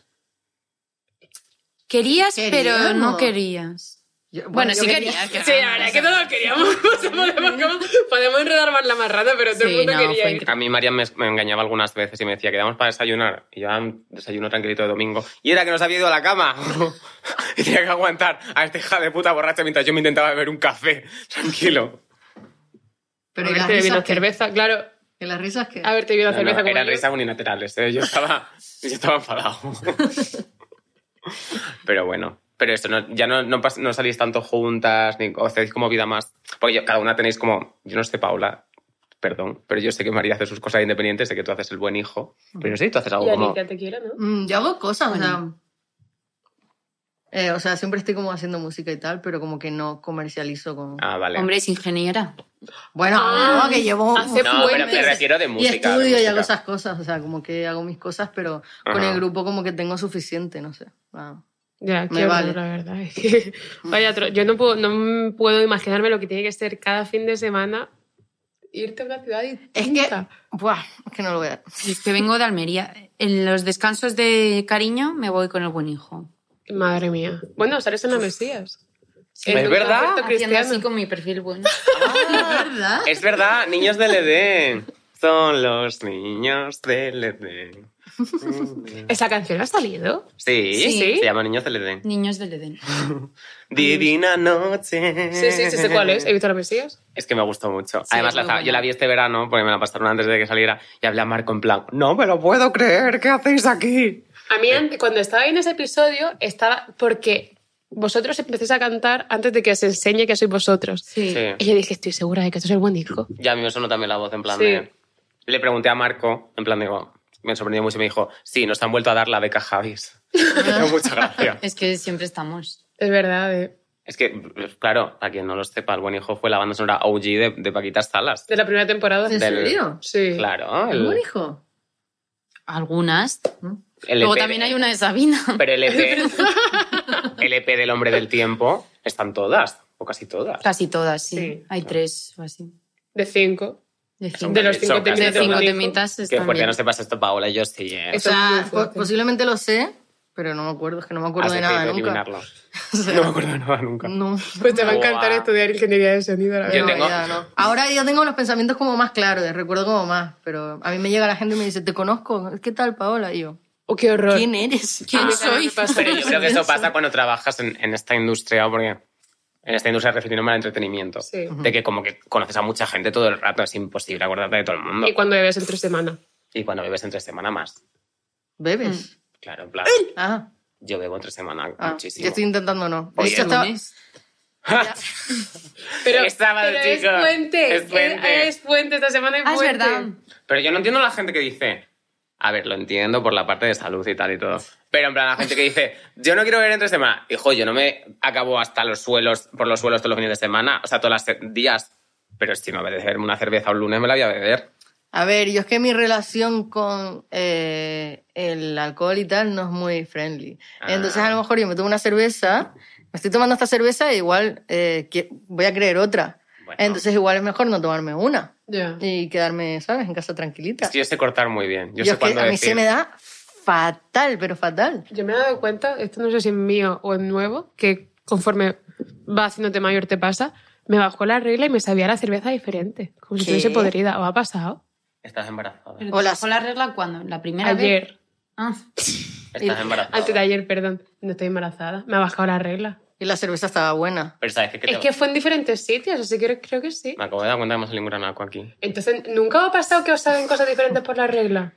Querías, pero
Queríamos.
no querías.
Yo-
Bueno,
yo
sí querías.
Sí, la verdad es que todos queríamos. O sea, podemos, podemos enredar más la marrana, pero todo el
Sí,
mundo
no,
quería
fue
ir.
increíble.
A mí María me, me engañaba algunas veces y me decía, quedamos para desayunar. Y yo, "Ah, desayuno tranquilito de domingo. Y era que nos había ido a la cama. y tenía que aguantar a esta hija de puta borracha mientras yo me intentaba beber un café. Tranquilo.
Pero
a
¿y
ver,
las
te bebí una
risas qué?
cerveza, claro.
¿Y las risas qué?
A ver, te bebí una
No, no,
cerveza como
eran
yo.
risas unilaterales. ¿eh? Yo, estaba, yo estaba enfadado. Pero bueno. Pero eso, no- ya no, no, pas- no salís tanto juntas, ni o hacéis como vida más. Porque yo- cada una tenéis como. Yo no sé, Paula. Perdón, pero yo sé que María hace sus cosas independientes, sé que tú haces el buen hijo. Pero yo sé que tú haces algo
Y
como.
Alicia te quiero, ¿no?
Mm, yo hago cosas, o sea... eh, o sea, siempre estoy como haciendo música y tal, pero como que no comercializo con...
Ah, vale.
Hombre, es ingeniera.
Bueno,
Ah,
no, que llevo...
hace
No, pero me
puentes.
refiero de música.
Y
de
estudio y hago
música.
esas cosas, o sea, como que hago mis cosas, pero con
Ajá.
el grupo como que tengo suficiente, no sé. Ah.
Ya,
Me
qué horror,
vale.
la verdad. es que- Vaya, tro- yo no puedo, no m- puedo imaginarme lo que tiene que ser cada fin de semana irte a una ciudad
Es
distinta.
que, buah, es que no lo voy a dar.
Y Es que vengo de Almería. En los descansos de cariño me voy con el buen hijo.
Madre mía. Bueno, sales en la Mesías. En
¿Es
un
verdad?
concierto
Haciendo
cristiano.
así con mi perfil bueno. Ah,
¿Verdad?
Es verdad, niños del Edén. Son los niños del Edén.
¿Esa canción ha salido?
Sí,
Sí.
se llama Niños del Edén.
Niños del Edén.
Divina noche.
Sí, sí, sí, sé cuál es. He visto los Mesías.
Es que me gustó mucho.
Sí,
Además,
es
la
muy
za-
buena.
yo la vi este verano porque me la pasaron antes de que saliera y hablé a Marco en plan, no me lo puedo creer, ¿qué hacéis aquí?
A mí, ante- cuando estaba en ese episodio, estaba. Porque vosotros empezáis a cantar antes de que os enseñe que sois vosotros.
Sí.
Sí.
Y yo dije, estoy segura de que esto es el buen disco.
Y a mí me sonó también la voz en plan
Sí.
de... Le pregunté a Marco, en plan digo, me sorprendió mucho y me dijo, sí, nos han vuelto a dar la beca Javis. Muchas gracias.
Es que siempre estamos.
Es verdad, de,
Es que, pues, claro, para quien no lo sepa, el buen hijo fue la banda sonora OG de, de Paquitas Salas.
de la primera temporada.
¿En
Del-
serio?
Sí.
Claro,
¿Un
el,
hijo?
Algunas.
el
Luego
EP
también hay una de Sabina.
Pero el EP, el EP del Hombre del Tiempo están todas, o casi todas.
Casi todas, sí.
Sí.
Hay tres o así.
De cinco.
De
Son
cinco,
De los
casi-
cinco
son casi
temitas
de
todas.
del
cinco
mundo.
temitas
Qué
están
fuerte,
bien.
no te pasa esto, Paola, yo sí. eh.
O
Eso es muy
sea, pues, po-
fuerte.
posiblemente lo sé, pero no me acuerdo, es que no me acuerdo
Has
de nada
decidido
nunca.
eliminarlo.
O sea,
No me acuerdo de nada nunca.
no.
Pues te va a encantar
Buah.
estudiar ingeniería de sonido, la
Yo
verdad.
tengo-
ya no. Ahora ya tengo los pensamientos como más claros, ya recuerdo como más, pero a mí me llega la gente y me dice, ¿te conozco? ¿Qué tal, Paola? Y yo,
Oh, qué horror.
¿quién eres?
¿Quién
Ah,
soy?
me pasa.
Pero yo creo que eso pasa cuando trabajas en, en esta industria, porque en esta industria refiriéndome al entretenimiento.
Sí. Ujú.
De que como que conoces a mucha gente todo el rato, es imposible acordarte de todo el mundo.
Y cuando bebes entre semana.
Y cuando bebes entre semana más.
¿Bebes?
Claro, en plan,
Ah,
yo bebo entre semana
ah,
muchísimo.
yo estoy intentando no. De
Oye,
hecho, estaba-
Lunes.
Pero,
Es sábado,
pero
chicos.
es puente.
Es puente.
Es, es puente. Esta semana es
Ah, es
puente.
verdad.
Pero yo no entiendo la gente que dice. A ver, lo entiendo por la parte de salud y tal y todo. Pero en plan, la gente que dice, yo no quiero beber entre semana. Hijo, yo no me acabo hasta los suelos, por los suelos todos los fines de semana, o sea, todos los se- días. Pero si me apetece beberme una cerveza un lunes, me la voy a beber.
A ver, yo es que mi relación con eh, el alcohol y tal no es muy friendly.
Ah.
Entonces, a lo mejor yo me tomo una cerveza, me estoy tomando esta cerveza e igual eh, que- voy a creer otra.
Bueno.
Entonces, igual es mejor no tomarme una
Ya.
y quedarme, ¿sabes?, en casa tranquilita.
Es que yo sé cortar muy bien. Yo
Yo
sé
es que
cuándo
a mí
decir.
se me da fatal, pero fatal.
Yo me he dado cuenta, esto no sé si es mío o es nuevo, que conforme va haciéndote mayor te pasa, me bajó la regla y me sabía la cerveza diferente. Como si
¿Qué?
estuviese podrida. ¿O ha pasado?
Estás embarazada.
Pero
O
te
las-
bajó la regla cuando? ¿La primera vez?
Ayer.
Ah.
Estás embarazada.
Antes de ayer, perdón. No estoy embarazada. Me ha bajado la regla.
Y la cerveza estaba buena.
Pero sabes que, te-
Es que fue en diferentes sitios, así que creo que sí.
me acabo de dar cuenta que hemos salido un granaco aquí.
Entonces, ¿nunca os ha pasado que os saben cosas diferentes por la regla?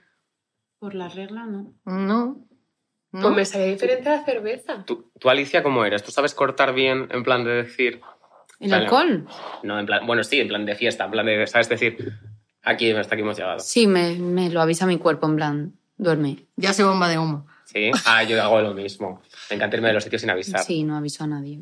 Por la regla, no.
No. No.
Pues me sabía diferente la cerveza.
¿Tú, tú, Alicia, cómo eres? ¿Tú sabes cortar bien en plan de decir,
¿El
Vale.
alcohol?
No, en plan, bueno, sí, en plan de fiesta, en plan de, ¿sabes? Decir, aquí, hasta aquí hemos llegado.
Sí, me, me lo avisa mi cuerpo, en plan, duerme.
Ya se bomba de humo.
Sí. Ah, yo hago lo mismo. Me encanta irme de los sitios sin avisar.
Sí, no aviso a nadie.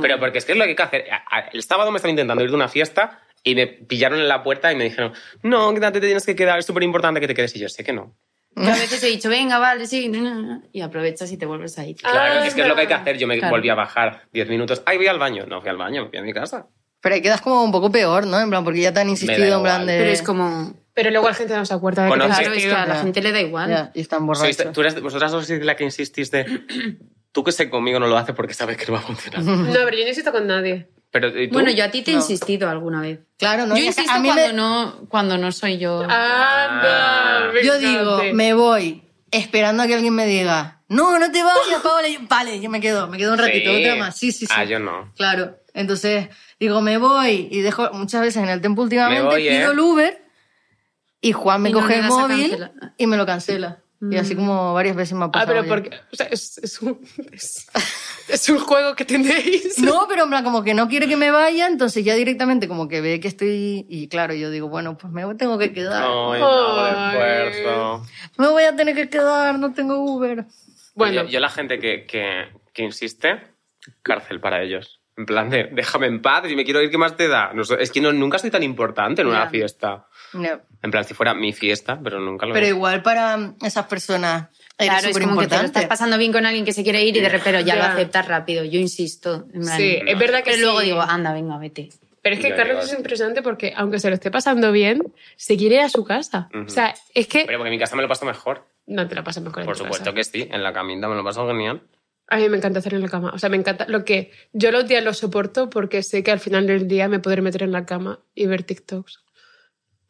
Pero porque es que es lo que hay que hacer. A- a- El sábado me estaba intentando ir de una fiesta y me pillaron en la puerta y me dijeron, no, quédate, te tienes que quedar, es súper importante que te quedes. Y yo sé que no.
Yo a veces he dicho, venga, vale, sí, na, na, na", y aprovechas y te vuelves a ir.
Claro,
Ah,
es que es lo que hay que hacer. Yo me
claro.
volví a bajar 10 minutos. Ay, voy al baño. No, fui al baño, me fui a mi casa.
Pero ahí quedas como un poco peor, ¿no? En plan, porque ya te han insistido, en plan
igual.
de...
Pero es como,
Pero luego la gente no se acuerda de que
Conoces-
te
claro, es que a la gente le da igual.
Ya, y
Sois-
están borrachos.
tú eres, vosotras dos sois la que insistís de, tú que sé conmigo no lo haces porque sabes que no va a funcionar.
No, pero yo no insisto con nadie.
Pero, ¿y tú?
Bueno, yo a ti te he
No.
insistido alguna vez.
Claro, ¿no?
yo
Y es que a
insisto
mí
cuando,
me-
no, cuando no soy yo.
Ah. Anda,
Anda,
Yo digo, me voy esperando a que alguien me diga, no, no te vayas, Paola. Y yo, vale, yo me quedo, me quedo un ratito,
Sí.
otra más. Sí, sí, sí.
Ah, yo no.
Claro. Entonces, digo, me voy y dejo muchas veces en el tiempo últimamente,
Me voy, ¿eh?
pido el Uber y Juan me
Y no
coge
le
el
das a
móvil
cancelar. Mm.
y me lo cancela. Y así como varias veces me ha
Ah,
pasado.
pero
ya.
porque. O sea, es, es un, es, es un juego que tenéis.
No, pero en plan, como que no quiere que me vaya, entonces ya directamente como que ve que estoy... Y claro, yo digo, bueno, pues me tengo que quedar.
Ay, no,
Ay.
esfuerzo.
Me voy a tener que quedar, no tengo Uber.
Bueno,
Yo, yo la gente que, que- que insiste, cárcel para ellos. En plan de, déjame en paz, si me quiero ir, ¿qué más te da? No sé, es que no, nunca soy tan importante en una
Ya.
fiesta.
No.
En plan, si fuera mi fiesta, pero nunca lo
Pero
es.
igual para esas personas eres
Claro, es
súper
como que te lo
importante.
estás pasando bien con alguien que se quiere ir y de repente pero ya,
Ya.
lo aceptas rápido. Yo insisto. en plan,
sí, es verdad que
Pero luego
sí.
digo,
ah.
anda, venga, vete.
Pero es que
Ya,
Carlos
ya.
es impresionante porque, aunque se lo esté pasando bien, se quiere ir a su casa.
Ujú.
O sea, es que.
Pero porque en mi casa me lo paso mejor.
no te la pasas mejor en
Por
tu
supuesto
casa.
que sí, en la camita me lo paso genial.
A mí me encanta hacer en la cama. O sea, me encanta lo que. Yo los días los soporto porque sé que al final del día me podré meter en la cama y ver TikToks.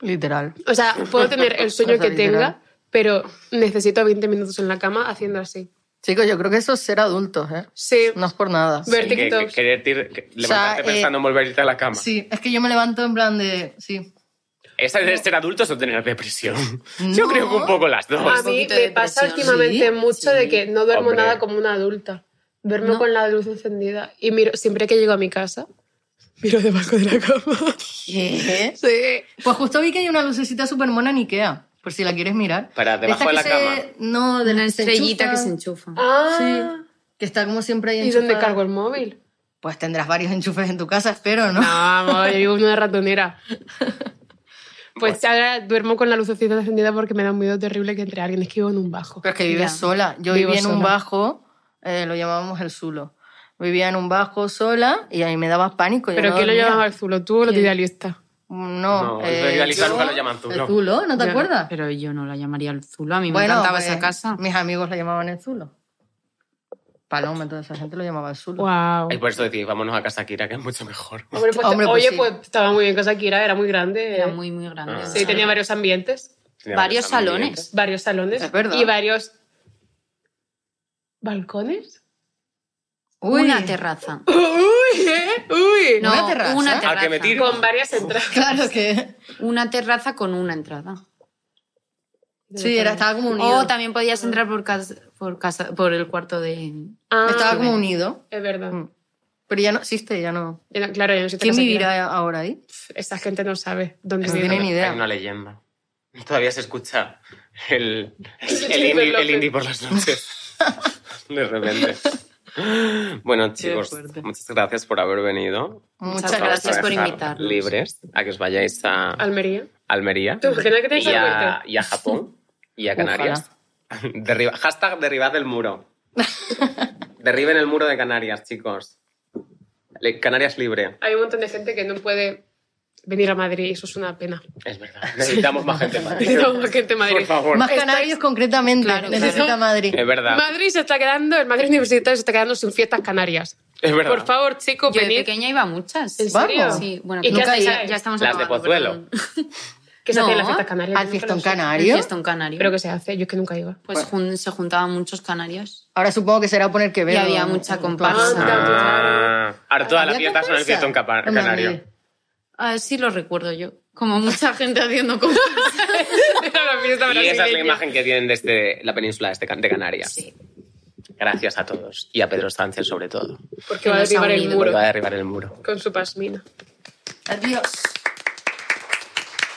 Literal.
O sea, puedo tener el sueño
Cosa
que
literal.
tenga, pero necesito 20 minutos en la cama haciendo así.
Chicos, yo creo que eso es ser adultos, ¿eh?
Sí.
No es por nada.
Ver
Sí, que- que
TikToks.
querer ir- que
sea,
levantarte
eh,
pensando en volverte a la cama.
Sí, es que yo me levanto en plan de... Sí.
¿Esa de ser adultos o tener depresión? Yo
No. Ah,
creo que un poco las dos.
A
Pues un
mí
poquito de
me pasa
depresión.
últimamente
Sí,
mucho de que no duermo
Hombre.
nada como una adulta. Duermo
No.
con la luz encendida y miro, siempre que llego a mi casa, miro debajo de la cama.
¿Qué?
Sí.
Pues justo vi que hay una lucecita súper mona en Ikea, por si la quieres mirar.
Para debajo de
Esta que
la
se-
cama.
No, de
Una
la
estrellita que se enchufa.
Ah.
Que está como siempre ahí
¿Y dónde
enchufada.
cargo el móvil?
Pues tendrás varios enchufes en tu casa, espero, ¿no?
No, amor, yo vivo en una ratonera. Pues ahora duermo con la lucecita encendida porque me da un miedo terrible que entre alguien. Es que vivo en un bajo.
Pero es que vives
Ya.
sola. Yo
Vivo
vivía en un
sola.
bajo, eh, lo llamábamos el Zulo. Vivía en un bajo sola y ahí me daba pánico. yo
¿Pero
no
quién lo
dormía.
llamaba al zulo? ¿Tú o los
¿Quién?
idealistas?
No,
No,
eh,
el realista
yo-
nunca lo llaman Zulo.
El Zulo, ¿no te
Ya,
acuerdas?
Pero yo no la llamaría el Zulo, a mí me
Bueno,
encantaba
pues,
esa casa.
Mis amigos la llamaban el Zulo. Paloma, toda esa gente lo llamaba el Zulo.
Wow.
Y por eso decís, vámonos a casa Kira, que es mucho mejor.
Hombre, pues,
Hombre, pues
oye,
sí.
pues estaba muy bien casa Kira, era muy grande.
Era muy, muy grande.
Ah.
Sí, tenía varios ambientes.
Tenía
Varios
ambientes.
salones.
varios salones
Es verdad.
y varios balcones.
Uy,
Una terraza.
Uy, eh, uy.
No,
¿Una terraza?
una
Al
que
terraza.
me tiro.
Con varias entradas.
Claro que...
Una terraza con una entrada.
Sí, era, estaba como unido.
O también podías entrar por casa, por casa, por el cuarto de.
Ah,
estaba como
bueno.
unido.
es verdad.
Mm. Pero ya no existe, ya no.
Ya no- Claro, ya no sé
¿Quién vivirá Pues ahora ahí?
Esa gente no sabe dónde
No
Es
vive.
una-
tienen ni idea.
Hay una leyenda. Todavía se escucha el, el,
Jennifer
indie, el
López.
indie por las noches. De repente. Bueno, chicos,
fuerte.
muchas gracias por haber venido.
Muchas
Muchas
Os vamos
gracias
a
por
dejar
invitarnos.
Libres a que os vayáis a
Almería.
Almería
¿Tú imaginas que tenéis
y
que
a,
muerte?
y a Japón y a Canarias. Derriba- hashtag derribad el muro. Derriben el muro de Canarias, chicos. Le- Canarias libre.
Hay un montón de gente que no puede venir a Madrid y eso es una pena.
Es verdad. Necesitamos más gente en Madrid.
Necesitamos más gente en Madrid.
Por favor.
Más
Estáis-
canarios concretamente.
Claro,
Necesita
claro.
Madrid.
Es verdad.
Madrid se está quedando, el Madrid Universitario se está quedando sin fiestas canarias.
Es verdad.
Por favor, chicos,
Yo de
venid.
pequeña iba a muchas.
¿En serio?
Vamos.
Sí, bueno,
¿Y qué
nunca
hacéis
ya,
ahí?
ya estamos
Las de
acabando,
Pozuelo.
perdón.
¿Qué se
No,
hacen las fiestas canarias?
Al
Nunca
fiestón
lo sé.
El
canario.
fiestón ¿eh? canario.
Pero que se hace, yo es que nunca iba.
Pues jun- se juntaban muchos canarios.
Ahora supongo que será poner que ver.
había
¿no?
mucha
Un
comparsa.
plan.
Ah,
Ah, ahora todas las
Había
fiestas son el
comparsa.
fiesta en capa-
Hombre,
canario.
hombre.
Así Ah, lo recuerdo yo. Como mucha gente haciendo cosas.
Era la fiesta
Y esa es la
brasileña.
imagen que tienen desde la península de, este- de Canarias. Gracias a todos y a Pedro Sánchez sobre todo.
Porque va a derribar el
Nos
Porque
ha unido.
muro
va a derribar el muro.
con su pasmina.
Adiós.